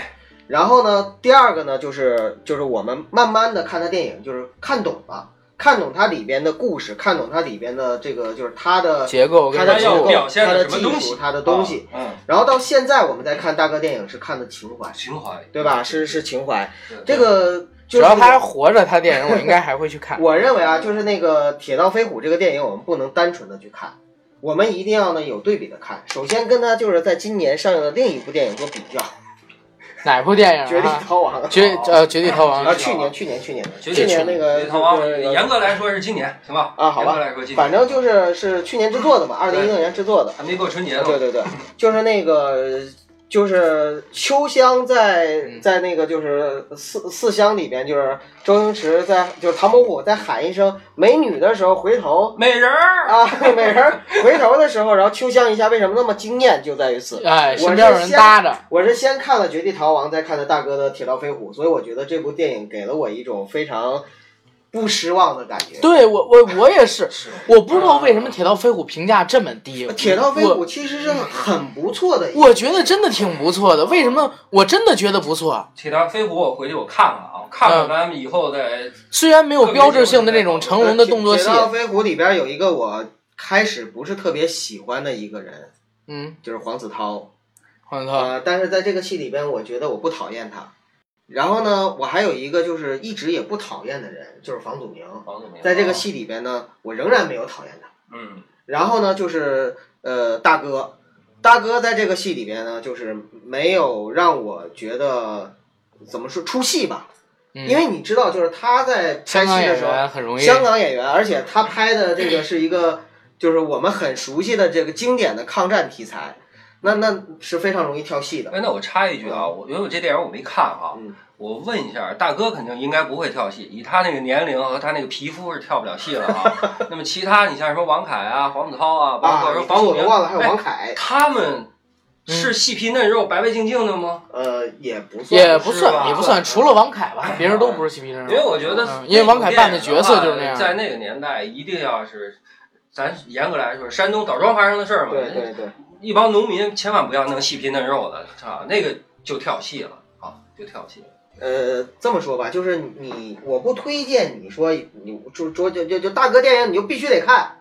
然后呢，第二个呢，就是就是我们慢慢的看他电影，就是看懂了，看懂它里边的故事，看懂它里边的这个就是它的结构跟他的他人结要物构表现他的的什技么东术西？他的东西。啊，然后到现在我们再看大哥电影是看的情怀嗯，，情怀，对吧？是是情怀，对？这个只就是要他还活着，他电影我应该还会去看。我认为啊，就是那个《铁道飞虎》这个电影，我们不能单纯的去看，我们一定要呢有对比的看。首先跟他就是在今年上映的另一部电影做比较， 哪部电《影绝地啊？逃亡》绝呃《绝地逃亡》啊，去年去年去年绝去地年那呃个逃亡，就是严格来说是今年，行吧？啊好吧严格来说今年，反正就是是去年制作的嘛，二零一六年制作的。还没过春节呢。对对对，就是那个就是秋香在嗯在那个就是四四乡里边，就是周星驰在就是唐伯虎在喊一声美女的时候回头。美人儿，啊， 美人儿回头的时候，然后秋香一下为什么那么惊艳，就在 于此。哎，我身边有是人先搭着。我是先看了《绝地逃亡》，再看的大哥的《铁道飞虎》，所以我觉得这部电影给了我一种非常不失望的感觉。对我我我也是，是我不知道为什么《铁道飞虎》评价这么低。啊铁道飞我，虎其实是很不错的一部，我觉得真的挺不错的。为什么？我真的觉得不错。铁达飞虎，我回去我看看啊，看看咱们以后再虽然没有标志性的那种成龙的动作戏呃铁，道飞虎里边有一个我开始不是特别喜欢的一个人，嗯，就是黄子韬。我操，呃，但是在这个戏里边，我觉得我不讨厌他。然后呢，我还有一个就是一直也不讨厌的人，就是房祖名。房祖名在这个，戏里边呢，我仍然没有讨厌他。啊嗯，然后呢，就是呃，大哥，大哥在这个戏里边呢，就是没有让我觉得怎么说出戏吧，嗯因为你知道，就是他在香拍港戏的演时候，员很容易。香港演员，而且他拍的这个是 一个，就是我们很熟悉的这个经典的抗战题材，那那是非常容易跳戏的。哎，那我插一句啊，嗯我因为我这电影我没看啊，嗯我问一下，大哥肯定应该不会跳戏，以他那个年龄啊和他那个皮肤是跳不了戏 了啊。那么其他你像什么王凯啊、黄子韬啊，包啊括，说你说房祖我名都，忘了，还有哎王凯，他们嗯是细皮嫩肉、白白净净的吗？呃，也不算，也不是吧算，也不算，除了王凯吧，别人都不是嬉皮士。因为我觉得嗯，因为王凯扮的角色就是那样啊在那个年代一定要是。咱严格来说，山东枣庄发生的事儿嘛，对对对，一帮农民千万不要弄细皮嫩肉的，啊，那个就跳戏了啊，就跳戏了。呃，这么说吧，就是你，我不推荐你说你就说就就就大哥电影你就必须得看，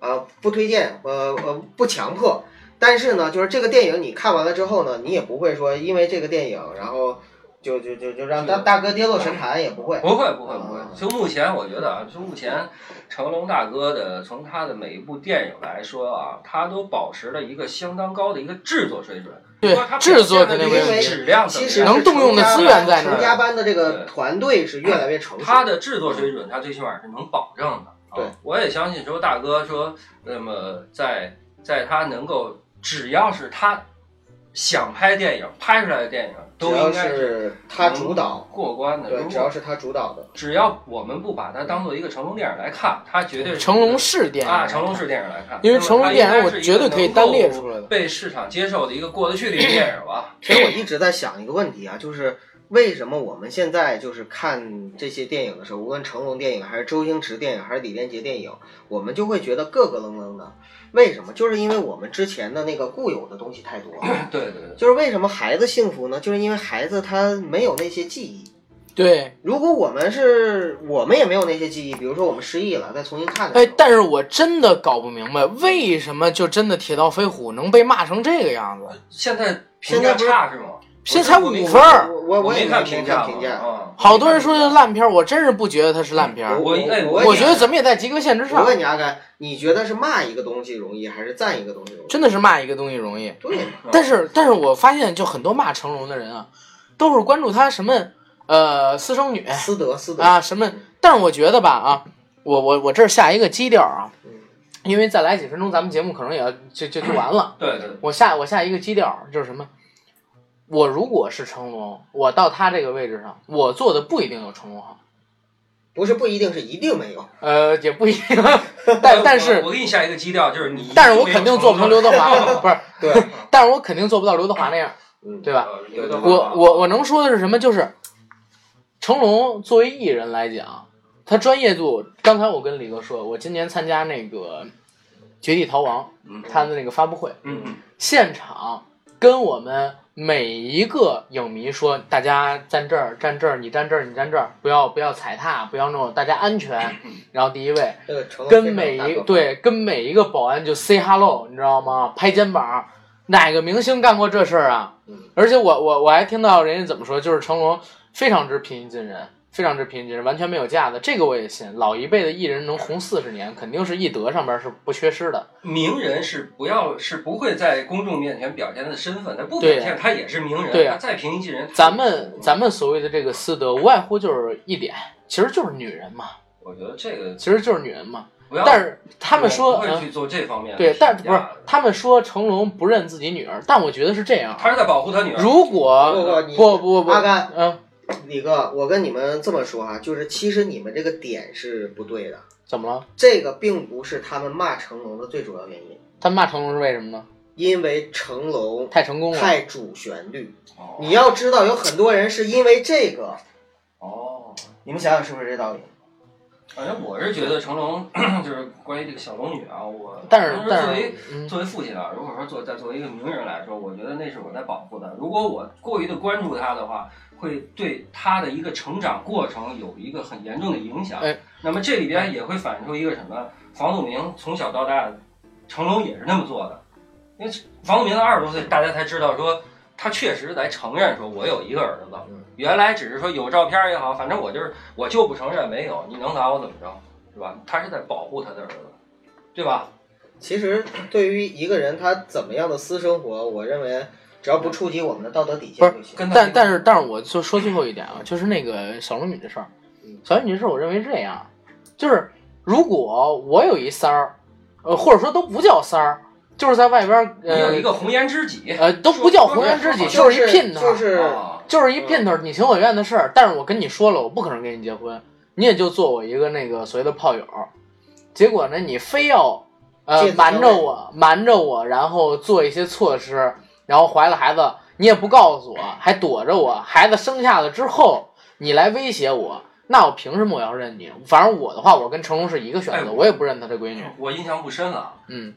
啊，不推荐，呃呃，不强迫。但是呢，就是这个电影你看完了之后呢，你也不会说因为这个电影，然后就就就就让大大哥跌落神坛，也不会。不会不会不会，啊就目前我觉得啊，就目前成龙大哥的从他的每一部电影来说啊，他都保持了一个相当高的一个制作水准。对不过他制作表肯现定没的这问个题质量怎其么实样能动用的资源在那儿成家班的这个团队是越来越成熟。他的制作水准，他最起码是能保证的。啊对，我也相信说大哥说，那么在在他能够，只要是他想拍电影拍出来的电影，只都要应该是是他主导，过关的。对，如只要果是他主导的，只要我们不把它当做一个成龙电影来看，它绝对是成龙式电影啊，成龙式电影来看，因为那么成龙它电影应该我是一绝个对可以能单够列出来的被市场接受的一个过得去的一个电 影吧。其实我一直在想一个问题啊，就是为什么我们现在就是看这些电影的时候，无论成龙电影还是周星驰电影还是李连杰电影，我们就会觉得咯咯楞楞的？为什么？就是因为我们之前的那个固有的东西太多了。对对对，就是为什么孩子幸福呢？就是因为孩子他没有那些记忆。对，如果我们是我们也没有那些记忆，比如说我们失忆了，再重新看的哎时候，，但是我真的搞不明白，为什么就真的《铁道飞虎》能被骂成这个样子？现在评价现在不是差是吗？现在才我五没分儿，我我我也没没看评价价嘛评价。啊，好多人说是烂片儿，我真是不觉得它是烂片儿，我哎啊我我我问你觉啊得怎么也在及格线之我上。问你啊阿甘，你觉得是骂一个东西容易，还是赞一个东西容易？真的是骂一个东西容易，对嘛，但是但是我发现就很多骂成龙的人啊，都是关注他什么呃私生女私德私德啊什么，但是我觉得吧啊，我我我这儿下一个基调啊，因为再来几分钟咱们节目可能也要就就就完了。对对，我下我下一个基调就是什么？我如果是成龙，我到他这个位置上，我做的不一定有成龙好，不是不一定是一定没有，呃，也不一定，我但但是 我给你下一个基调，就是你，但是我肯定做不成刘德华，不是，对，但是我肯定做不到刘德华那样，嗯，对吧？呃刘德华，我我我能说的是什么？就是成龙作为艺人来讲，他专业度，刚才我跟李哥说，我今年参加那个《绝地逃亡嗯》他的那个发布会，嗯嗯现场跟我们每一个影迷说，大家站这儿，站这儿，你站这儿，你站这儿，不要不要踩踏，不要弄，大家安 全。然后第一位这个成龙跟非常每大一方对跟每一个保安就 say hello，你知道吗？拍肩膀，哪个明星干过这事儿啊嗯？而且我我我还听到人家怎么说，就是成龙非常之平易近人。非常之平易近人，完全没有架子，这个我也信。老一辈的艺人能红四十年，肯定是艺德上面是不缺失的。名人是不要是不会在公众面前表现他的身份，他不表对现他也是名人，对他再平易近人。他嗯咱们咱们所谓的这个私德，无外乎就是一点，其实就是女人嘛，我觉得这个 其实就是女人嘛。不要，但是他们我说，不会去嗯、做这方面的对，但不是评价他们说成龙不认自己女儿，但我觉得是这样。啊他是在保护他女儿。如不果不你不不不，阿甘嗯，李哥，我跟你们这么说啊，就是其实你们这个点是不对的，怎么了？这个并不是他们骂成龙的最主要原因，他骂成龙是为什么呢？因为成龙太成功了。太主旋律。哦你要知道，有很多人是因为这个，哦，你们想想是不是这道理？反正我是觉得成龙 就是关于这个小龙女啊，我但是当时作但为是，嗯，作为父亲啊，如果说作在作为一个名人来说，我觉得那是我在保护的。如果我过于的关注他的话，会对他的一个成长过程有一个很严重的影响。哎那么这里边也会反映出一个什么？房祖名从小到大，成龙也是那么做的。因为房祖名到二十多岁，大家才知道说他确实来承认说，我有一个儿子嗯。原来只是说有照片也好，反正我就是我就不承认没有，你能拿我怎么着？是吧？他是在保护他的儿子，对吧？其实对于一个人他怎么样的私生活，我认为只要不触及我们的道德底线就行。跟他但但是但是我就说最后一点啊，就是那个小龙女的事儿嗯。小龙女的事儿，我认为是这样，就是如果我有一三儿，呃，或者说都不叫三儿，就是在外边儿你有呃一个红颜知己，呃都不叫红颜知己，就是一姘头，就就是是啊一姘头，你情我愿的事儿。但是我跟你说了，我不可能跟你结婚，你也就做我一个那个所谓的炮友。结果呢，你非要呃借此瞒着消费我，瞒着我，然后做一些措施，然后怀了孩子，你也不告诉我，还躲着我。孩子生下了之后，你来威胁我，那我凭什么我要认你？反正我的话，我跟成龙是一个选择，哎我也不认他这闺女。我印象不深了，嗯，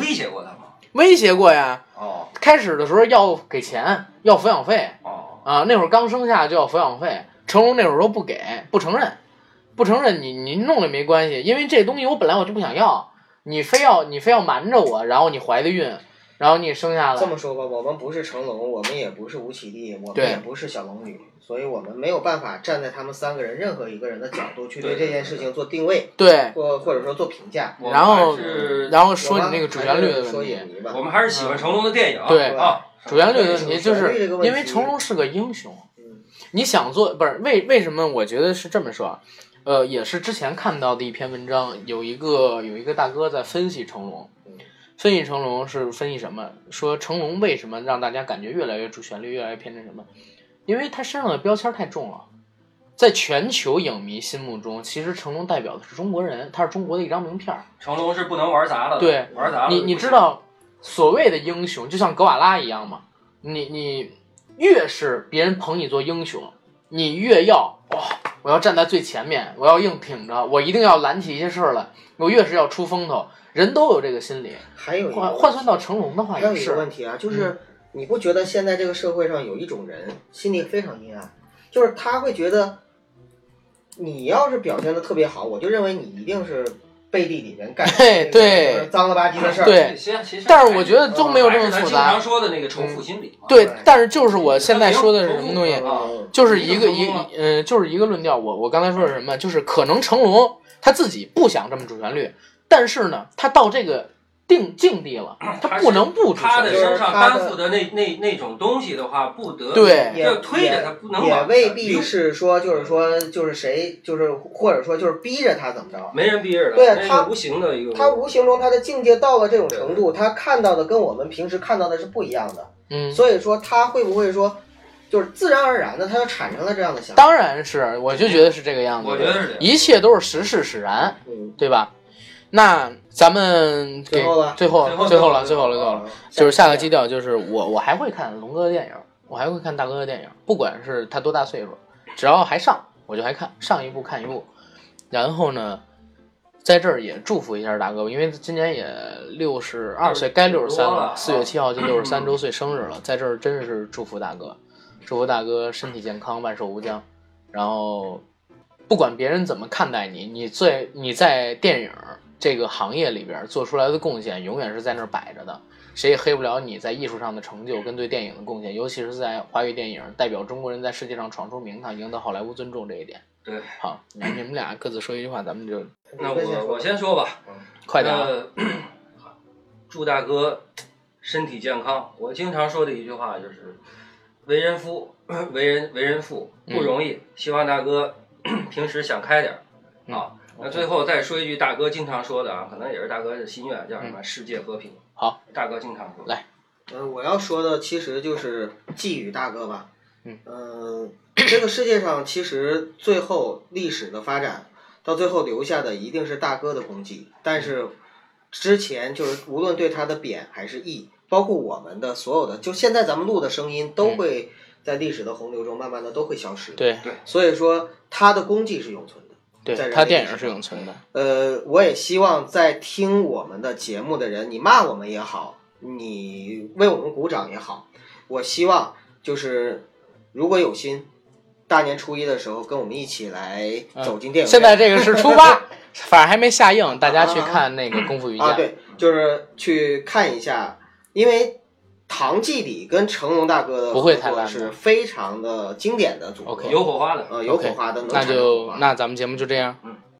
威胁过他吗？威胁过呀，哦开始的时候要给钱，要抚养费，哦，啊，那会儿刚生下就要抚养费，成龙那会儿说不给，不承认，不承认你你弄了没关系，因为这东西我本来我就不想要，你非要你非要瞒着我，然后你怀的孕，然后你生下来这，么说吧，我们不是成龙，我们也不是吴绮莉，我们对也不是小龙女，所以我们没有办法站在他们三个人任何一个人的角度去对这件事情做定位，对，或或者说做评价。我们然后还是然后说你那个主我旋们还律是的问说题影，迷吧我，们还是喜欢成龙的电影，对啊，主旋律的问题就主旋律是这个问题因为成龙是个英雄嗯，你想做不是为为什么？我觉得是这么说啊，呃，也是之前看到的一篇文章，有一个有一个大哥在分析成龙嗯，分析成龙是分析什么？说成龙为什么让大家感觉越来越主旋律，越来越偏那什么？因为他身上的标签太重了。在全球影迷心目中，其实成龙代表的是中国人，他是中国的一张名片儿。成龙是不能玩砸了的，对玩砸了你就你不知行，道，所谓的英雄就像格瓦拉一样嘛，你你越是别人捧你做英雄，你越要哇、我要站在最前面，我要硬挺着，我一定要揽起一些事儿来，我越是要出风头，人都有这个心理。还有一个换换算到成龙的话还有也一个是，嗯问题啊，就是你不觉得现在这个社会上有一种人心里非常阴暗，就是他会觉得，你要是表现的特别好，我就认为你一定是背地里人干的嘿那个对就是脏了吧唧的事儿。对其实其实但是我觉得都没有这么还是咱复经常杂。说的那个仇富心理嘛，对对，但是就是我现在说的是什么东西嗯，嗯就是一个一成龙啊嗯、就是一个论调。我我刚才说是什么？就是可能成龙他自己不想这么主旋律，但是呢，他到这个定境地了，他不能不主他旋的律。身上担负的那那那种东西的话，不得对也就推着他不能也往未下必用是说就是说就是谁就是或者说就是逼着他怎么着，没人逼着他，对啊那是他无形的一个，他无形中他的境界到了这种程度，他看到的跟我们平时看到的是不一样的。嗯，所以说他会不会说，就是自然而然的他就产生了这样的想法？当然是，我就觉得是这个样子。我觉得是这样。一切都是时势使然，嗯，对吧？那咱们给最后了最最后后最后了了，最后了，最后了。就是下个基调，就是我我还会看龙哥的电影，我还会看大哥的电影，不管是他多大岁数，只要还上我就还看，上一部看一部。然后呢，在这儿也祝福一下大哥，因为今年也六十二岁，该六十三了啊四月七号 就六十三周岁生日了，在这儿真是祝福大哥，祝福大哥身体健康，万寿无疆。然后，不管别人怎么看待你，你最你在电影这个行业里边做出来的贡献，永远是在那儿摆着的。谁也黑不了你在艺术上的成就跟对电影的贡献，尤其是在华语电影代表中国人在世界上闯出名堂、赢得好莱坞尊重这一点。对，好，你你们俩各自说一句话，咱们就那我我先说吧，快点啊。呃， 祝大哥身体健康。我经常说的一句话就是，为人夫，为人为人父嗯不容易，希望大哥 平时想开点嗯儿啊。那最后再说一句，大哥经常说的啊，可能也是大哥的心愿，叫什么？世界和平。嗯好，大哥经常说。来呃，我要说的其实就是寄语大哥吧。嗯呃，这个世界上其实最后历史的发展到最后留下的一定是大哥的功绩，但是之前就是无论对他的贬还是义，包括我们的所有的，就现在咱们录的声音都会在历史的洪流中慢慢的都会消失。嗯对所以说他的功绩是永存的。在对，人他类电历影史是上永存的。呃，我也希望在听我们的节目的人，你骂我们也好，你为我们鼓掌也好，我希望就是如果有心，大年初一的时候跟我们一起来走进电影院。现在啊这个是初八， 反正还没下映，大家去看那个《功夫瑜伽啊，》。对，就是去看一下，因为唐季礼跟成龙大哥的不会太合烂作的是非常的经典的组合 OK 有火花的，呃有火 OK，花的，能那产生火就花那咱们节目就这样嗯。